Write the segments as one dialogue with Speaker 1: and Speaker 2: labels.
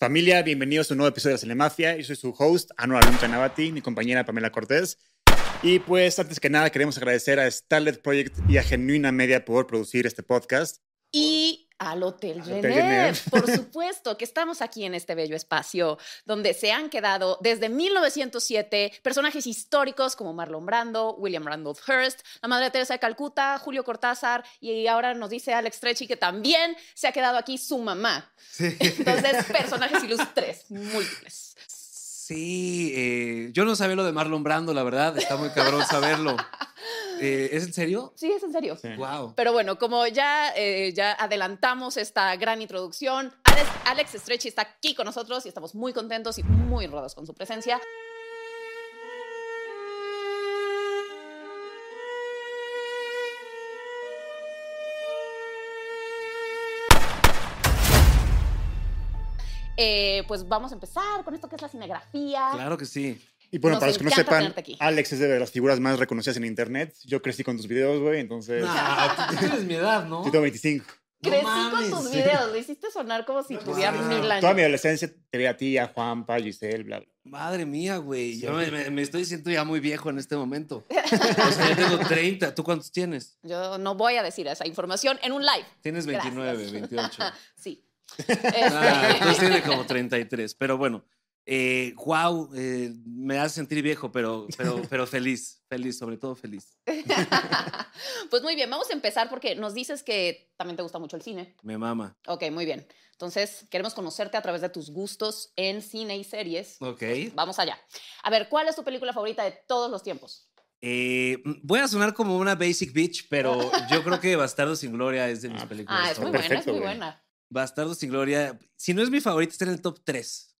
Speaker 1: Familia, bienvenidos a un nuevo episodio de Cinemafia. Yo soy su host, Anuar Alunta Navati, mi compañera Pamela Cortés. Y pues, antes que nada, queremos agradecer a Starlet Project y a Genuina Media por producir este podcast.
Speaker 2: Y al Hotel
Speaker 1: Hotel
Speaker 2: Genève,
Speaker 1: Genève.
Speaker 2: por supuesto, que estamos aquí en este bello espacio donde se han quedado desde 1907 personajes históricos como Marlon Brando, William Randolph Hearst, la Madre Teresa de Calcuta, Julio Cortázar y ahora nos dice Alex Trechi que también se ha quedado aquí su mamá.
Speaker 3: Sí.
Speaker 2: Entonces, personajes ilustres, múltiples.
Speaker 3: Sí, eh, yo no sabía lo de Marlon Brando, la verdad. Está muy cabrón saberlo. Eh, ¿Es en serio?
Speaker 2: Sí, es en serio.
Speaker 1: Sí.
Speaker 3: Wow.
Speaker 2: Pero bueno, como ya, eh, ya adelantamos esta gran introducción, Alex, Alex Stretchy está aquí con nosotros y estamos muy contentos y muy rodados con su presencia. Eh, pues vamos a empezar con esto que es la cinegrafía.
Speaker 3: Claro que sí.
Speaker 1: Y bueno,
Speaker 2: Nos
Speaker 1: para los que no
Speaker 2: encanta
Speaker 1: sepan,
Speaker 2: tenerte aquí.
Speaker 1: Alex es de las figuras más reconocidas en Internet. Yo crecí con tus videos, güey, entonces.
Speaker 3: Nah, tú tienes mi edad, ¿no?
Speaker 1: Yo Pues, ah, tengo 25.
Speaker 3: No
Speaker 2: Crecí
Speaker 3: mames.
Speaker 2: con tus videos, le hiciste sonar como si tuviera
Speaker 3: mames.
Speaker 2: mil años.
Speaker 1: Toda mi adolescencia te veía a ti, a Juanpa, a Giselle, bla, bla.
Speaker 3: Madre mía, güey. Yo
Speaker 1: Sí.
Speaker 3: me, me- me estoy sintiendo ya muy viejo en este momento. O sea, yo tengo 30. ¿Tú cuántos tienes?
Speaker 2: Yo no voy a decir esa información en un live.
Speaker 3: Tienes 29,
Speaker 2: Gracias.
Speaker 3: 28.
Speaker 2: Sí.
Speaker 3: Ah,
Speaker 2: Este,
Speaker 3: entonces tiene como 33. Pero bueno, eh, wow, eh, me hace sentir viejo, pero, pero, pero feliz. Feliz, sobre todo feliz.
Speaker 2: pues muy bien, vamos a empezar porque nos dices que también te gusta mucho el cine.
Speaker 3: Me mama.
Speaker 2: Ok, muy bien. Entonces, queremos conocerte a través de tus gustos en cine y series.
Speaker 3: Ok.
Speaker 2: Vamos allá. A ver, ¿cuál es tu película favorita de todos los tiempos?
Speaker 3: Eh, m- voy a sonar como una basic bitch, pero yo creo que Bastardo sin Gloria es de mis
Speaker 1: Ah,
Speaker 3: películas.
Speaker 2: Ah, es muy
Speaker 3: favoritas.
Speaker 2: buena, es
Speaker 1: perfecto,
Speaker 2: muy
Speaker 1: güey.
Speaker 2: buena.
Speaker 3: Bastardo sin Gloria, si no es mi favorita, está en el top 3.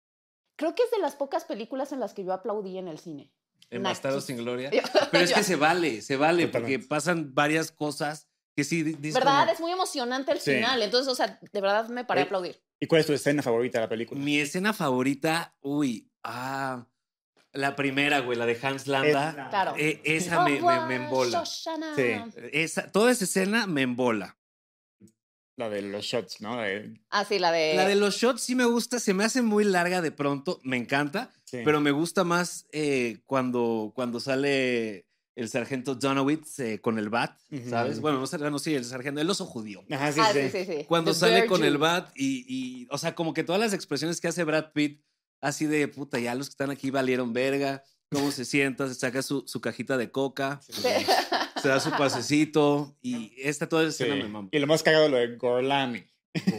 Speaker 2: Creo que es de las pocas películas en las que yo aplaudí en el cine.
Speaker 3: En
Speaker 2: Nah,
Speaker 3: Bastardo
Speaker 2: sí.
Speaker 3: sin Gloria.
Speaker 2: Yo-
Speaker 3: Pero es
Speaker 2: yo-
Speaker 3: que se vale, se vale, porque
Speaker 1: Totalmente.
Speaker 3: pasan varias cosas que sí di- dices
Speaker 2: ¿Verdad?
Speaker 3: como,
Speaker 2: Es muy emocionante el
Speaker 1: Sí.
Speaker 2: final. Entonces, o sea, de verdad me paré a
Speaker 3: Eh,
Speaker 1: Oye,
Speaker 2: aplaudir.
Speaker 1: ¿Y cuál es tu escena favorita de la película?
Speaker 3: Mi escena favorita, uy, ah, la primera, güey, la de Hans Landa.
Speaker 1: Es-
Speaker 2: Claro.
Speaker 3: Eh,
Speaker 2: Oh,
Speaker 3: esa me, me, me embola.
Speaker 2: Shoshana.
Speaker 1: Sí.
Speaker 3: Esa, toda esa escena me embola.
Speaker 1: La de los shots, ¿no? De-
Speaker 2: Ah, sí, la de...
Speaker 3: La de los shots sí me gusta, se me hace muy larga de pronto, me encanta,
Speaker 1: Sí.
Speaker 3: pero me gusta más eh, cuando, cuando sale el sargento Donowitz eh, con el bat,
Speaker 1: Ujú.
Speaker 3: ¿sabes? Bueno, no, sar- no sí, el sargento, el oso judío.
Speaker 1: Ajá, sí,
Speaker 2: ah,
Speaker 1: sí.
Speaker 2: sí, sí, sí.
Speaker 3: Cuando
Speaker 2: The
Speaker 3: sale
Speaker 2: Bear
Speaker 3: con el
Speaker 2: Jew.
Speaker 3: bat y, y, o sea, como que todas las expresiones que hace Brad Pitt, así de puta, ya los que están aquí valieron verga, cómo se sienta, se saca su, su cajita de coca,
Speaker 2: Sí.
Speaker 3: se da su pasecito y esta toda esa
Speaker 1: Sí.
Speaker 3: escena me mama.
Speaker 1: Y lo más cagado, lo de Gorlami.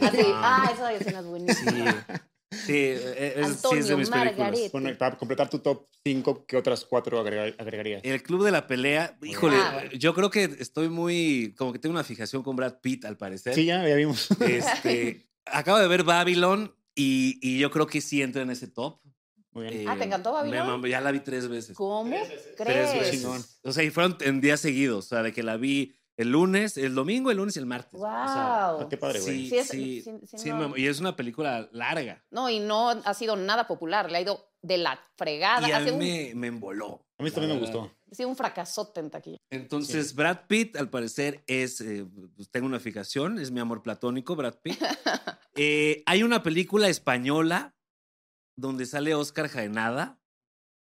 Speaker 2: Así, ah, esa escena es buenísima.
Speaker 3: Sí, sí, eh, es, sí es de
Speaker 2: Antonio
Speaker 3: mis películas.
Speaker 2: Margarete.
Speaker 1: Pues, Bueno, y para completar tu top 5, ¿qué otras cuatro agregar- agregarías?
Speaker 3: El club de la pelea, híjole,
Speaker 2: Wow.
Speaker 3: yo creo que estoy muy, como que tengo una fijación con Brad Pitt, al parecer.
Speaker 1: Sí, ya, ya vimos.
Speaker 3: Este, acabo de ver Babylon y, y yo creo que sí entra en ese top.
Speaker 1: Muy bien.
Speaker 3: Eh,
Speaker 2: Ah, ¿te encantó
Speaker 3: me
Speaker 2: Babylon?
Speaker 3: mamó, ya la vi tres veces.
Speaker 2: ¿Cómo
Speaker 3: Tres
Speaker 2: crees?
Speaker 1: Chingón.
Speaker 3: veces. O sea, y fueron en días seguidos, o sea, de que la vi el lunes, el domingo, el lunes y el martes. O sea,
Speaker 2: Wow.
Speaker 1: Ah, qué padre, güey.
Speaker 3: sí,
Speaker 2: Sí, es-
Speaker 3: sí,
Speaker 2: sí, sí,
Speaker 3: sí,
Speaker 2: no.
Speaker 3: me mamó. y es una película larga.
Speaker 2: no, y no ha sido nada popular, le ha ido de la fregada,
Speaker 3: Y
Speaker 2: ha
Speaker 3: a mí
Speaker 2: sido, un,
Speaker 3: me, me emboló.
Speaker 1: A mí
Speaker 3: la
Speaker 1: también me
Speaker 3: verdad.
Speaker 1: gustó.
Speaker 2: ha sido un fracasote en taquilla.
Speaker 3: Entonces, Brad Pitt, al parecer, es. eh, pues, tengo una fijación, es mi amor platónico, Brad Pitt. Eh, hay una película española donde sale Oscar Jaenada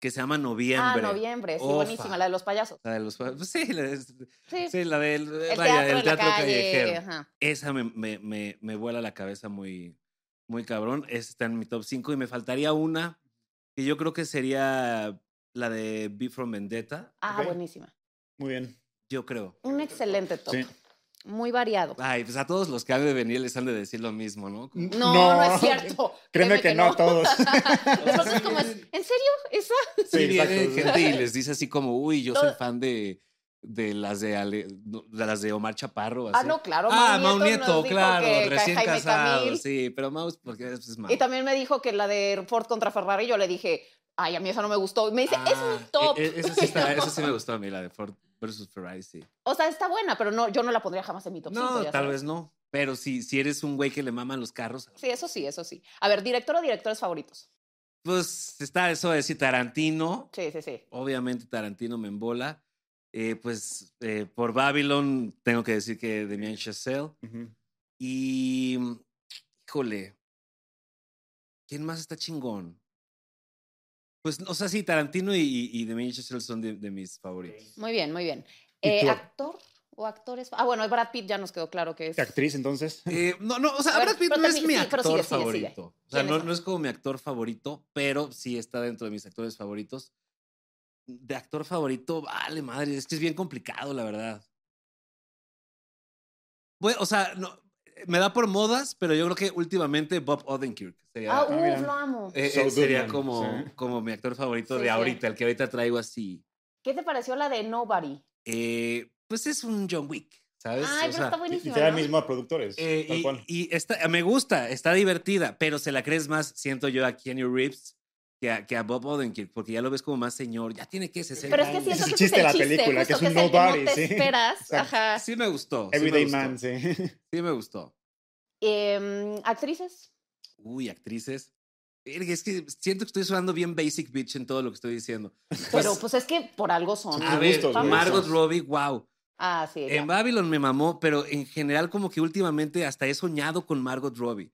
Speaker 3: que se llama
Speaker 2: Ah,
Speaker 3: Noviembre.
Speaker 2: noviembre, sí,
Speaker 3: Ofa.
Speaker 2: buenísima, la de los payasos.
Speaker 3: La de los. pues, sí, la, es-
Speaker 2: Sí,
Speaker 3: sí, la del.
Speaker 2: el
Speaker 3: vaya,
Speaker 2: teatro,
Speaker 3: el
Speaker 2: en la
Speaker 3: teatro
Speaker 2: calle.
Speaker 3: callejero.
Speaker 2: ajá.
Speaker 3: Esa me, me, me, me vuela la cabeza muy, muy cabrón. Esa está en mi top 5 y me faltaría una que yo creo que sería la de B from Vendetta.
Speaker 2: Ah,
Speaker 1: Ok.
Speaker 2: buenísima.
Speaker 1: Muy bien.
Speaker 3: Yo creo.
Speaker 2: Un excelente top.
Speaker 1: Sí.
Speaker 2: Muy variado.
Speaker 3: Ay, pues a todos los que han de venir les han de decir lo mismo, ¿no? Como-
Speaker 2: No, no,
Speaker 1: No.
Speaker 2: es cierto.
Speaker 1: Créeme que, no a todos.
Speaker 2: De pronto es como, ¿es- ¿en serio? ¿Esa?
Speaker 1: Sí,
Speaker 3: Sí, viene
Speaker 1: exacto.
Speaker 3: gente y les dice así como, uy, yo
Speaker 2: Todo-
Speaker 3: soy fan de, de las de Ale- no, de las de Omar Chaparro.
Speaker 2: Ah,
Speaker 3: así.
Speaker 2: no, claro.
Speaker 3: Ah,
Speaker 2: Mau
Speaker 3: Mau
Speaker 2: Nieto nos
Speaker 3: Nieto,
Speaker 2: dijo
Speaker 3: claro,
Speaker 2: que
Speaker 3: recién
Speaker 2: Jaime
Speaker 3: casado,
Speaker 2: Camil.
Speaker 3: sí, pero Mau es porque es, es Mau.
Speaker 2: Y también me dijo que la de Ford contra Ferrari, yo le dije, ay, a mí esa no me gustó. Y me dice, es
Speaker 3: Ah,
Speaker 2: un top.
Speaker 3: e- e- Esa sí, está- esa sí me gustó a mí, la de Ford versus Ferrari, sí.
Speaker 2: o sea, está buena, pero no, yo no la pondría jamás en mi top.
Speaker 3: No,
Speaker 2: cinco,
Speaker 3: tal
Speaker 2: ya sabes.
Speaker 3: vez no, pero si, si eres un güey que le maman los carros,
Speaker 2: Sí, eso sí, eso sí. A ver, director o directores favoritos.
Speaker 3: pues está eso de decir Tarantino,
Speaker 2: Sí, sí, sí.
Speaker 3: obviamente Tarantino me embola. Eh, pues eh, por Babylon tengo que decir que Damien Chazelle.
Speaker 1: Ujú.
Speaker 3: Y, híjole, ¿Quién más está chingón? Pues, o sea, sí, Tarantino y, y, y Damien Chazelle son de, de mis favoritos.
Speaker 2: Muy bien, muy bien.
Speaker 1: ¿Y
Speaker 2: Eh,
Speaker 1: tú?
Speaker 2: ¿Actor o actores? Ah, bueno, Brad Pitt ya nos quedó claro que es.
Speaker 1: ¿Qué actriz entonces?
Speaker 3: Eh, no, no, o sea,
Speaker 2: A ver,
Speaker 3: Brad Pitt
Speaker 2: pero
Speaker 3: no es
Speaker 2: también-
Speaker 3: mi
Speaker 2: sí, pero
Speaker 3: actor
Speaker 2: sigue, sigue, sigue.
Speaker 3: favorito. O sea,
Speaker 2: ¿Quién
Speaker 3: no,
Speaker 2: es?
Speaker 3: no es como mi actor favorito, pero sí está dentro de mis actores favoritos. De actor favorito, vale, madre, es que es bien complicado, la verdad. Bueno, o sea, no, me da por modas, pero yo creo que últimamente Bob Odenkirk sería,
Speaker 2: Ah,
Speaker 1: mira.
Speaker 2: uf, lo amo.
Speaker 3: eh, eh,
Speaker 1: So good
Speaker 3: sería
Speaker 1: man,
Speaker 3: como,
Speaker 1: sí.
Speaker 3: como mi actor favorito
Speaker 2: Sí,
Speaker 3: de
Speaker 2: sí.
Speaker 3: ahorita, el que ahorita traigo así.
Speaker 2: ¿Qué te pareció la de Nobody?
Speaker 3: Eh, pues es un John Wick, ¿sabes?
Speaker 2: Ay,
Speaker 3: O
Speaker 2: pero
Speaker 3: sea,
Speaker 2: está
Speaker 1: Y
Speaker 2: buenísima.
Speaker 1: te da
Speaker 2: ¿no?
Speaker 1: mismo a productores.
Speaker 3: Eh,
Speaker 1: tal
Speaker 3: y-
Speaker 1: cual.
Speaker 3: y está- me gusta, está divertida, pero se la crees más, siento yo, a Keanu Reeves que a, que a Bob Odenkirk, porque ya lo ves como más señor, ya tiene que 60
Speaker 2: Pero es que
Speaker 3: años.
Speaker 1: Ese es
Speaker 2: siento
Speaker 1: el
Speaker 2: que
Speaker 1: chiste de
Speaker 2: ese
Speaker 1: la
Speaker 2: es el chiste,
Speaker 1: película, que
Speaker 2: justo
Speaker 1: es un
Speaker 2: el que
Speaker 1: nobody,
Speaker 2: no te
Speaker 1: sí.
Speaker 2: esperas.
Speaker 1: Exacto.
Speaker 2: Ajá.
Speaker 3: Sí me gustó.
Speaker 1: Everyday
Speaker 3: sí me gustó,
Speaker 1: Man, sí.
Speaker 3: Sí me gustó.
Speaker 2: Em, Actrices.
Speaker 3: Uy, actrices. Verga, Es que siento que estoy sonando bien basic bitch en todo lo que estoy diciendo.
Speaker 2: Pero pues es que por algo son.
Speaker 1: Son tus
Speaker 3: A
Speaker 2: ¿no?
Speaker 3: ver,
Speaker 1: gustos, güey,
Speaker 3: Margot
Speaker 1: son-
Speaker 3: Robbie, wow.
Speaker 2: Ah, sí.
Speaker 1: eh,
Speaker 2: ya.
Speaker 3: En Babylon me mamó, pero en general como que últimamente hasta he soñado con Margot Robbie.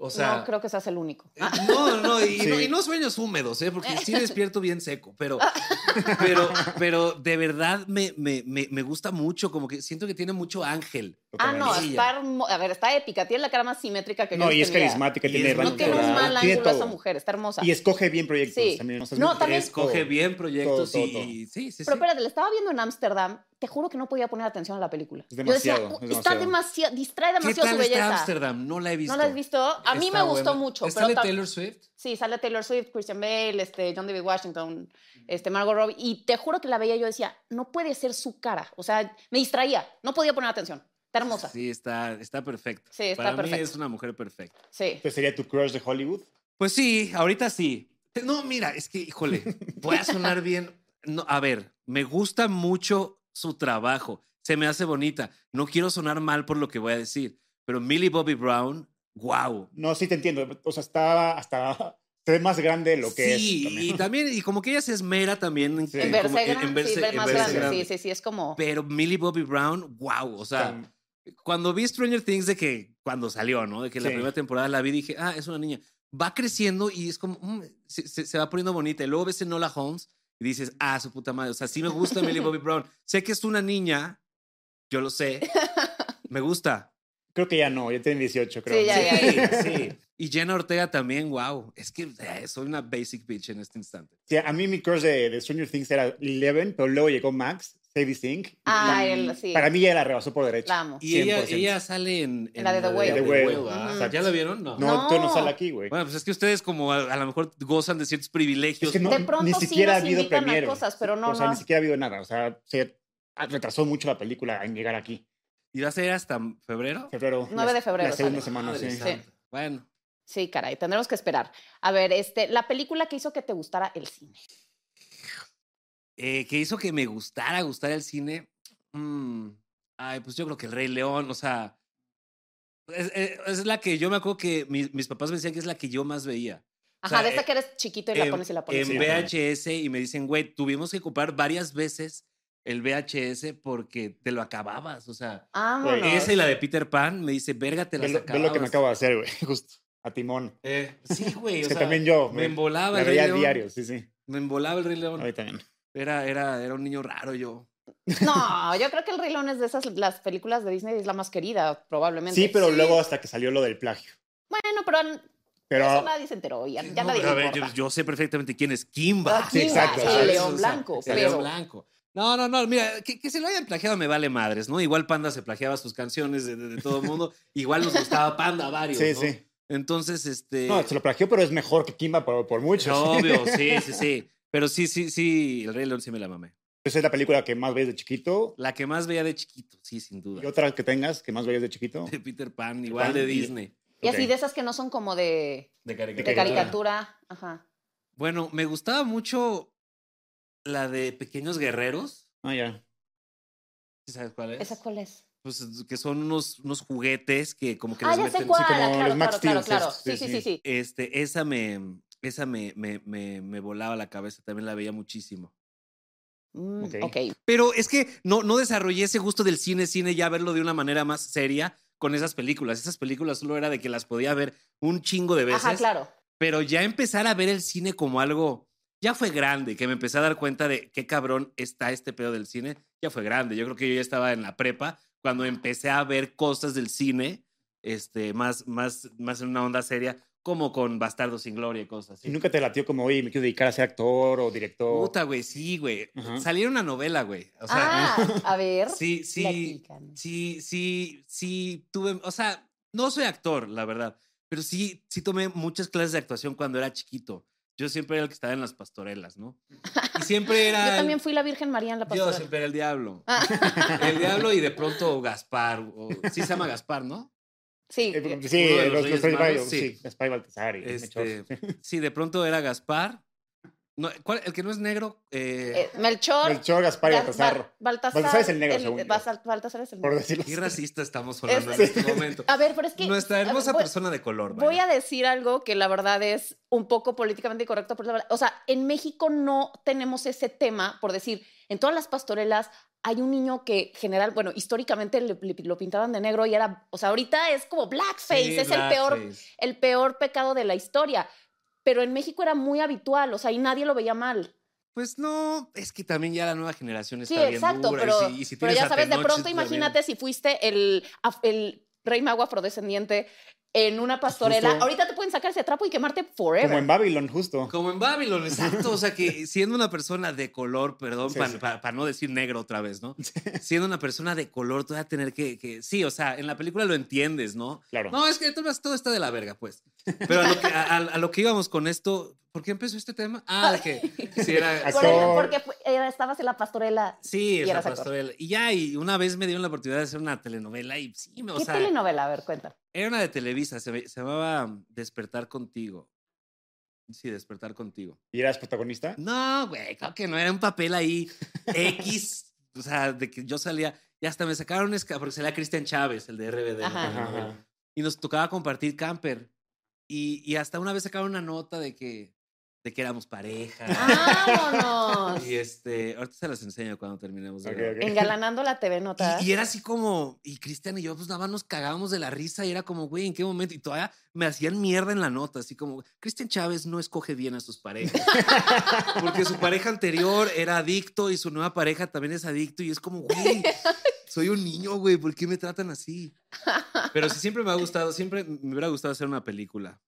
Speaker 3: O sea,
Speaker 2: no creo que seas el único.
Speaker 3: Eh, No, no, y, no,
Speaker 1: Sí.
Speaker 3: y no sueños húmedos, ¿eh? porque sí despierto bien seco, pero,
Speaker 2: Ah.
Speaker 3: pero, pero de verdad me, me, me, me gusta mucho, como que siento que tiene mucho ángel.
Speaker 2: Ah, no,
Speaker 3: sí,
Speaker 2: está, hermo- a ver, está épica. Tiene la cara más simétrica que yo
Speaker 1: No,
Speaker 2: he
Speaker 1: y es
Speaker 2: visto en mi vida.
Speaker 1: carismática,
Speaker 3: Y
Speaker 1: tiene
Speaker 3: es
Speaker 2: No
Speaker 1: rango
Speaker 2: tiene un
Speaker 1: actoral,
Speaker 2: mal
Speaker 1: tiene
Speaker 2: ángulo esa
Speaker 1: todo.
Speaker 2: mujer, está hermosa.
Speaker 1: Y escoge bien proyectos
Speaker 2: Sí.
Speaker 1: también. sea,
Speaker 2: No,
Speaker 1: es-
Speaker 2: también-
Speaker 3: Escoge bien proyectos
Speaker 1: Todo,
Speaker 3: y,
Speaker 1: todo,
Speaker 3: y- sí, sí, sí.
Speaker 2: Pero espérate, le estaba viendo en Ámsterdam, te juro que no podía poner atención a la película.
Speaker 1: Es
Speaker 2: Yo decía,
Speaker 1: demasiado, es
Speaker 2: "Oh, está
Speaker 1: demasiado".
Speaker 2: demasiado, distrae
Speaker 3: ¿Qué
Speaker 2: demasiado su
Speaker 3: tal está
Speaker 2: belleza.
Speaker 3: Ámsterdam? No la he visto.
Speaker 2: ¿No la has visto? A mí
Speaker 3: Está
Speaker 2: me gustó
Speaker 3: buena.
Speaker 2: mucho.
Speaker 3: ¿Está
Speaker 2: Pero
Speaker 3: de
Speaker 2: tam-
Speaker 3: Taylor Swift?
Speaker 2: Sí, sale Taylor Swift, Christian Bale, este, John David Washington, este, Margot Robbie. Y te juro que la veía y yo decía, no puede ser su cara. O sea, me distraía, no podía poner atención. Está hermosa. Sí,
Speaker 3: Sí, está, está perfecta.
Speaker 2: Sí, está
Speaker 3: Para mí
Speaker 2: perfecta.
Speaker 3: es una mujer perfecta.
Speaker 1: Pues sería tu crush de Hollywood.
Speaker 3: Pues sí, ahorita sí. Te- No, mira, es que, híjole, voy a sonar bien. No, a ver, me gusta mucho su trabajo, se me hace bonita. No quiero sonar mal por lo que voy a decir, pero Millie Bobby Brown, wow.
Speaker 1: No, sí te entiendo. O sea, está hasta. Se ve más grande de lo que
Speaker 3: sí,
Speaker 1: es. también.
Speaker 3: y también, y como que ella se esmera también en,
Speaker 1: Sí.
Speaker 2: En
Speaker 1: En
Speaker 3: como-
Speaker 2: verse gran- sí,
Speaker 3: verse-
Speaker 2: ver más
Speaker 3: verse
Speaker 2: grande.
Speaker 3: grande.
Speaker 2: Sí, sí, sí, es como...
Speaker 3: Pero Millie Bobby Brown, wow. O sea,
Speaker 1: Está-
Speaker 3: cuando vi Stranger Things de que cuando salió, ¿no? De que la
Speaker 1: Sí.
Speaker 3: primera temporada la vi, dije, ah, es una niña. Va creciendo y es como, mm, se, se- se va poniendo bonita. Y luego ves en Nola Holmes y dices, ah, su puta madre. O sea, sí me gusta Millie Bobby Brown. Sé que es una niña, yo lo sé. Me gusta.
Speaker 1: Creo que ya no, ya tiene 18, creo.
Speaker 2: Sí, ya, ya,
Speaker 3: Sí, sí. Y Jenna Ortega también, wow. Es que eh, soy una basic bitch en este instante.
Speaker 1: Sí, a mí mi crush de, de Stranger Things era Eleven, pero luego llegó Max, Sadie Sink.
Speaker 2: Ah,
Speaker 1: y
Speaker 2: él, sí.
Speaker 1: Para mí ya la rebasó por derecho.
Speaker 2: La amo.
Speaker 3: Y ella,
Speaker 1: 100%.
Speaker 3: ella sale en,
Speaker 2: En la de The Whale.
Speaker 1: The Whale,
Speaker 3: ¿ah?
Speaker 2: exacto.
Speaker 3: ¿Ya la vieron? No.
Speaker 1: No, tú no
Speaker 2: No.
Speaker 1: sale aquí, güey.
Speaker 3: Bueno, pues es que ustedes como a, a lo mejor gozan de ciertos privilegios.
Speaker 1: Es que no,
Speaker 2: de pronto
Speaker 1: ni siquiera
Speaker 2: sí
Speaker 1: ha
Speaker 2: nos
Speaker 1: habido
Speaker 2: invitan
Speaker 1: premiere.
Speaker 2: a cosas, pero no,
Speaker 1: o sea,
Speaker 2: no.
Speaker 1: ni siquiera ha habido nada. O sea, se retrasó mucho la película en llegar aquí.
Speaker 3: ¿Y va a ser hasta febrero?
Speaker 1: Febrero.
Speaker 2: 9
Speaker 1: la-
Speaker 2: de febrero
Speaker 1: La segunda
Speaker 2: sale.
Speaker 1: semana,
Speaker 3: Madre
Speaker 1: sí.
Speaker 3: santa. Bueno,
Speaker 2: Sí, caray, tendremos que esperar. A ver, este, la película que hizo que te gustara el cine.
Speaker 3: eh, ¿qué hizo que me gustara, gustara el cine? Mm, ay, pues yo creo que El Rey León, o sea, es, es- es la que yo me acuerdo que mis, mis papás me decían que es la que yo más veía. O
Speaker 2: Ajá,
Speaker 3: sea,
Speaker 2: de esta
Speaker 3: eh,
Speaker 2: que eres chiquito y la
Speaker 3: en-
Speaker 2: pones y la pones.
Speaker 3: En
Speaker 2: y la
Speaker 1: ve-
Speaker 2: pones.
Speaker 3: VHS y me dicen, güey, tuvimos que comprar varias veces el VHS porque te lo acababas, o sea.
Speaker 2: Vámonos.
Speaker 3: Esa y la de Peter Pan me dice, verga, te
Speaker 1: Ah, Ve
Speaker 3: las
Speaker 1: lo, ve
Speaker 3: acababas.
Speaker 1: lo que me acabo de hacer, güey. Justo. A timón.
Speaker 3: Eh, sí, güey.
Speaker 1: Es
Speaker 3: o
Speaker 1: que
Speaker 3: sea,
Speaker 1: también yo.
Speaker 3: Me
Speaker 1: Me,
Speaker 3: embolaba
Speaker 1: la
Speaker 3: el Rey
Speaker 1: veía
Speaker 3: Ah, León.
Speaker 1: diario, sí, sí.
Speaker 3: Me embolaba el Rey León.
Speaker 1: A mí también.
Speaker 3: Era, era, era un niño raro yo.
Speaker 2: No, yo creo que El Rey León es de esas, las películas de Disney es la más querida, probablemente.
Speaker 1: Sí, pero luego hasta que salió lo del plagio.
Speaker 2: Bueno, pero an- eso
Speaker 1: Pero
Speaker 2: nadie se enteró, ya, ya
Speaker 3: No,
Speaker 2: nadie
Speaker 3: pero
Speaker 2: le
Speaker 3: a ver,
Speaker 2: importa.
Speaker 3: yo, yo sé perfectamente quién es Kimba.
Speaker 2: Ah, Sí,
Speaker 1: Kimba, exacto, el
Speaker 3: ¿sabes?
Speaker 2: león blanco,
Speaker 3: El león
Speaker 2: pero-
Speaker 3: blanco. No, no, no, mira, que, que se lo hayan plagiado me vale madres, ¿no? Igual Panda se plagiaba sus canciones de, de- de todo el mundo. Igual nos gustaba Panda a varios,
Speaker 1: Sí,
Speaker 3: ¿no?
Speaker 1: sí.
Speaker 3: Entonces, este...
Speaker 1: No, se lo plagió, pero es mejor que Kimba por, por mucho.
Speaker 3: obvio, sí, sí, sí. Pero sí, sí, sí, El Rey León sí me la mamé.
Speaker 1: Esa Pues, es la película que más veías de chiquito.
Speaker 3: La que más veía de chiquito, sí, sin duda.
Speaker 1: Y otra que tengas que más veías de chiquito.
Speaker 3: De Peter Pan, igual
Speaker 1: Pan
Speaker 3: de
Speaker 1: y-
Speaker 3: Disney.
Speaker 2: y así
Speaker 1: Ok.
Speaker 2: de esas que no son como de,
Speaker 3: De
Speaker 2: de
Speaker 1: De
Speaker 2: caricatura. Ajá.
Speaker 3: Bueno, me gustaba mucho la de Pequeños Guerreros.
Speaker 1: Ah, ya.
Speaker 3: ¿Sí ¿Sabes cuál es?
Speaker 2: ¿Esa cuál es?
Speaker 3: pues que son unos, unos juguetes que como que
Speaker 2: Ah,
Speaker 3: les
Speaker 2: ya sé
Speaker 3: meten-
Speaker 2: cuál.
Speaker 1: sí, como
Speaker 2: ah, claro,
Speaker 1: los Max
Speaker 2: claro, claro,
Speaker 1: Steels
Speaker 2: claro.
Speaker 1: estos,
Speaker 2: Sí, sí, sí, sí.
Speaker 3: Este, esa me, esa me, me, me, me volaba la cabeza, también la veía muchísimo.
Speaker 2: Mm,
Speaker 1: Ok.
Speaker 2: ok.
Speaker 3: Pero es que no, no desarrollé ese gusto del cine, cine, ya verlo de una manera más seria con esas películas. Esas películas solo era de que las podía ver un chingo de veces.
Speaker 2: Ajá, claro.
Speaker 3: Pero ya empezar a ver el cine como algo, ya fue grande, que me empecé a dar cuenta de qué cabrón está este pedo del cine, ya fue grande. Yo creo que yo ya estaba en la prepa cuando empecé a ver cosas del cine, este, más, más, más en una onda seria, como con Bastardos sin Gloria y cosas así.
Speaker 1: Y nunca te latió como, oye, me quiero dedicar a ser actor o director.
Speaker 3: Puta, güey, sí, güey.
Speaker 1: Ajá.
Speaker 3: Salió una novela, güey. O sea,
Speaker 2: Ah, a ver.
Speaker 3: sí, sí.
Speaker 2: platican.
Speaker 3: Sí, sí, sí, tuve, o sea, no soy actor, la verdad, pero sí, sí tomé muchas clases de actuación cuando era chiquito. Yo siempre era el que estaba en las pastorelas, ¿no? Y siempre era...
Speaker 2: Yo
Speaker 3: el-
Speaker 2: también fui la Virgen María en la
Speaker 3: Yo
Speaker 2: pastora. Ah,
Speaker 3: siempre era el diablo. El diablo y de pronto Gaspar. o- sí se llama Gaspar, ¿no?
Speaker 2: Sí,
Speaker 1: Eh,
Speaker 2: eh,
Speaker 1: sí,
Speaker 3: Uno de
Speaker 1: eh,
Speaker 3: los
Speaker 1: los, los,
Speaker 3: Reyes
Speaker 1: Reyes
Speaker 3: Magos,
Speaker 1: Magos,
Speaker 3: sí.
Speaker 1: sí. Gaspar y Baltasar y
Speaker 3: Este,
Speaker 1: Melchor.
Speaker 3: sí, de pronto era Gaspar. No, ¿cuál- el que no es negro, eh,
Speaker 2: eh, Melchor.
Speaker 1: Melchor, Gaspar y
Speaker 2: Gas-
Speaker 1: Baltasar.
Speaker 2: Ba- Baltasar.
Speaker 1: Baltasar es el negro, según yo.
Speaker 2: Baltasar, Baltasar es el
Speaker 1: Por
Speaker 2: negro.
Speaker 1: decirlo
Speaker 3: qué
Speaker 1: así.
Speaker 3: racista estamos hablando en
Speaker 2: Eh, Es-
Speaker 3: este momento.
Speaker 2: A ver, pero es que.
Speaker 3: Nuestra
Speaker 2: a ver,
Speaker 3: hermosa
Speaker 2: voy-
Speaker 3: persona de color.
Speaker 2: Voy
Speaker 3: vaya.
Speaker 2: a decir algo que la verdad es un poco políticamente incorrecto, pero es la verdad. o sea, en México no tenemos ese tema, por decir, en todas las pastorelas hay un niño que general, bueno, históricamente le- le- lo pintaban de negro y era, o sea, ahorita es como blackface,
Speaker 3: Sí,
Speaker 2: es el peor
Speaker 3: blackface.
Speaker 2: el peor pecado de la historia. Pero en México era muy habitual, o sea, y nadie lo veía mal.
Speaker 3: Pues no, es que también ya la nueva generación está
Speaker 2: Sí,
Speaker 3: bien
Speaker 2: exacto,
Speaker 3: dura. y
Speaker 2: pero,
Speaker 3: si- y si
Speaker 2: pero
Speaker 3: tienes
Speaker 2: ya
Speaker 3: a
Speaker 2: sabes, de
Speaker 3: Tenoch,
Speaker 2: pronto
Speaker 3: también-
Speaker 2: imagínate si fuiste el, af- el rey mago afrodescendiente en una
Speaker 3: Pues
Speaker 2: pastorela.
Speaker 1: Justo.
Speaker 2: Ahorita te pueden sacar ese trapo y quemarte forever.
Speaker 1: Como en Babylon, justo.
Speaker 3: Como en Babylon, exacto. O sea, que siendo una persona de color, perdón,
Speaker 1: Sí,
Speaker 3: para
Speaker 1: sí.
Speaker 3: no decir negro otra vez, ¿no? Siendo una persona de color, tú vas a tener que, que- Sí, o sea, en la película lo entiendes, ¿no?
Speaker 1: Claro.
Speaker 3: No, es que todo, todo está de la verga, pues. Pero a lo, que, a- a- a lo que íbamos con esto, ¿por qué empezó este tema? Ah, de que si era...
Speaker 2: Por el-
Speaker 1: Actor.
Speaker 2: porque fu- era- estabas en la pastorela.
Speaker 3: Sí,
Speaker 2: Y
Speaker 3: esa
Speaker 2: eras actor.
Speaker 3: pastorela. Y ya, y una vez me dieron la oportunidad de hacer una telenovela y sí, me- o
Speaker 2: ¿Qué
Speaker 3: sea,
Speaker 2: telenovela? A ver, cuenta.
Speaker 3: Era una de Televisa, se, ve- se llamaba mm, Despertar Contigo. Sí, Despertar Contigo.
Speaker 1: ¿Y eras protagonista?
Speaker 3: No, güey, claro que no, era un papel ahí X, o sea, de que yo salía, y hasta me sacaron, esca- porque salía Cristian Chávez, el de RBD. ¿no?
Speaker 2: Ajá.
Speaker 1: Ajá, ajá.
Speaker 3: Y nos tocaba compartir camper. Y, y hasta una vez sacaron una nota de que, de que éramos pareja.
Speaker 2: ¡Vámonos!
Speaker 3: Y este, ahorita se las enseño cuando terminemos. de
Speaker 1: Ok,
Speaker 3: grabar.
Speaker 1: ok.
Speaker 2: Engalanando la TV Nota.
Speaker 3: Y, y era así como, y Cristian y yo, pues nada más nos cagábamos de la risa y era como, güey, ¿en qué momento? Y todavía me hacían mierda en la nota, así como, Cristian Chávez no escoge bien a sus parejas. Porque su pareja anterior era adicto y su nueva pareja también es adicto y es como, güey, soy un niño, güey, ¿por qué me tratan así? Pero sí, siempre me ha gustado, siempre me hubiera gustado hacer una película.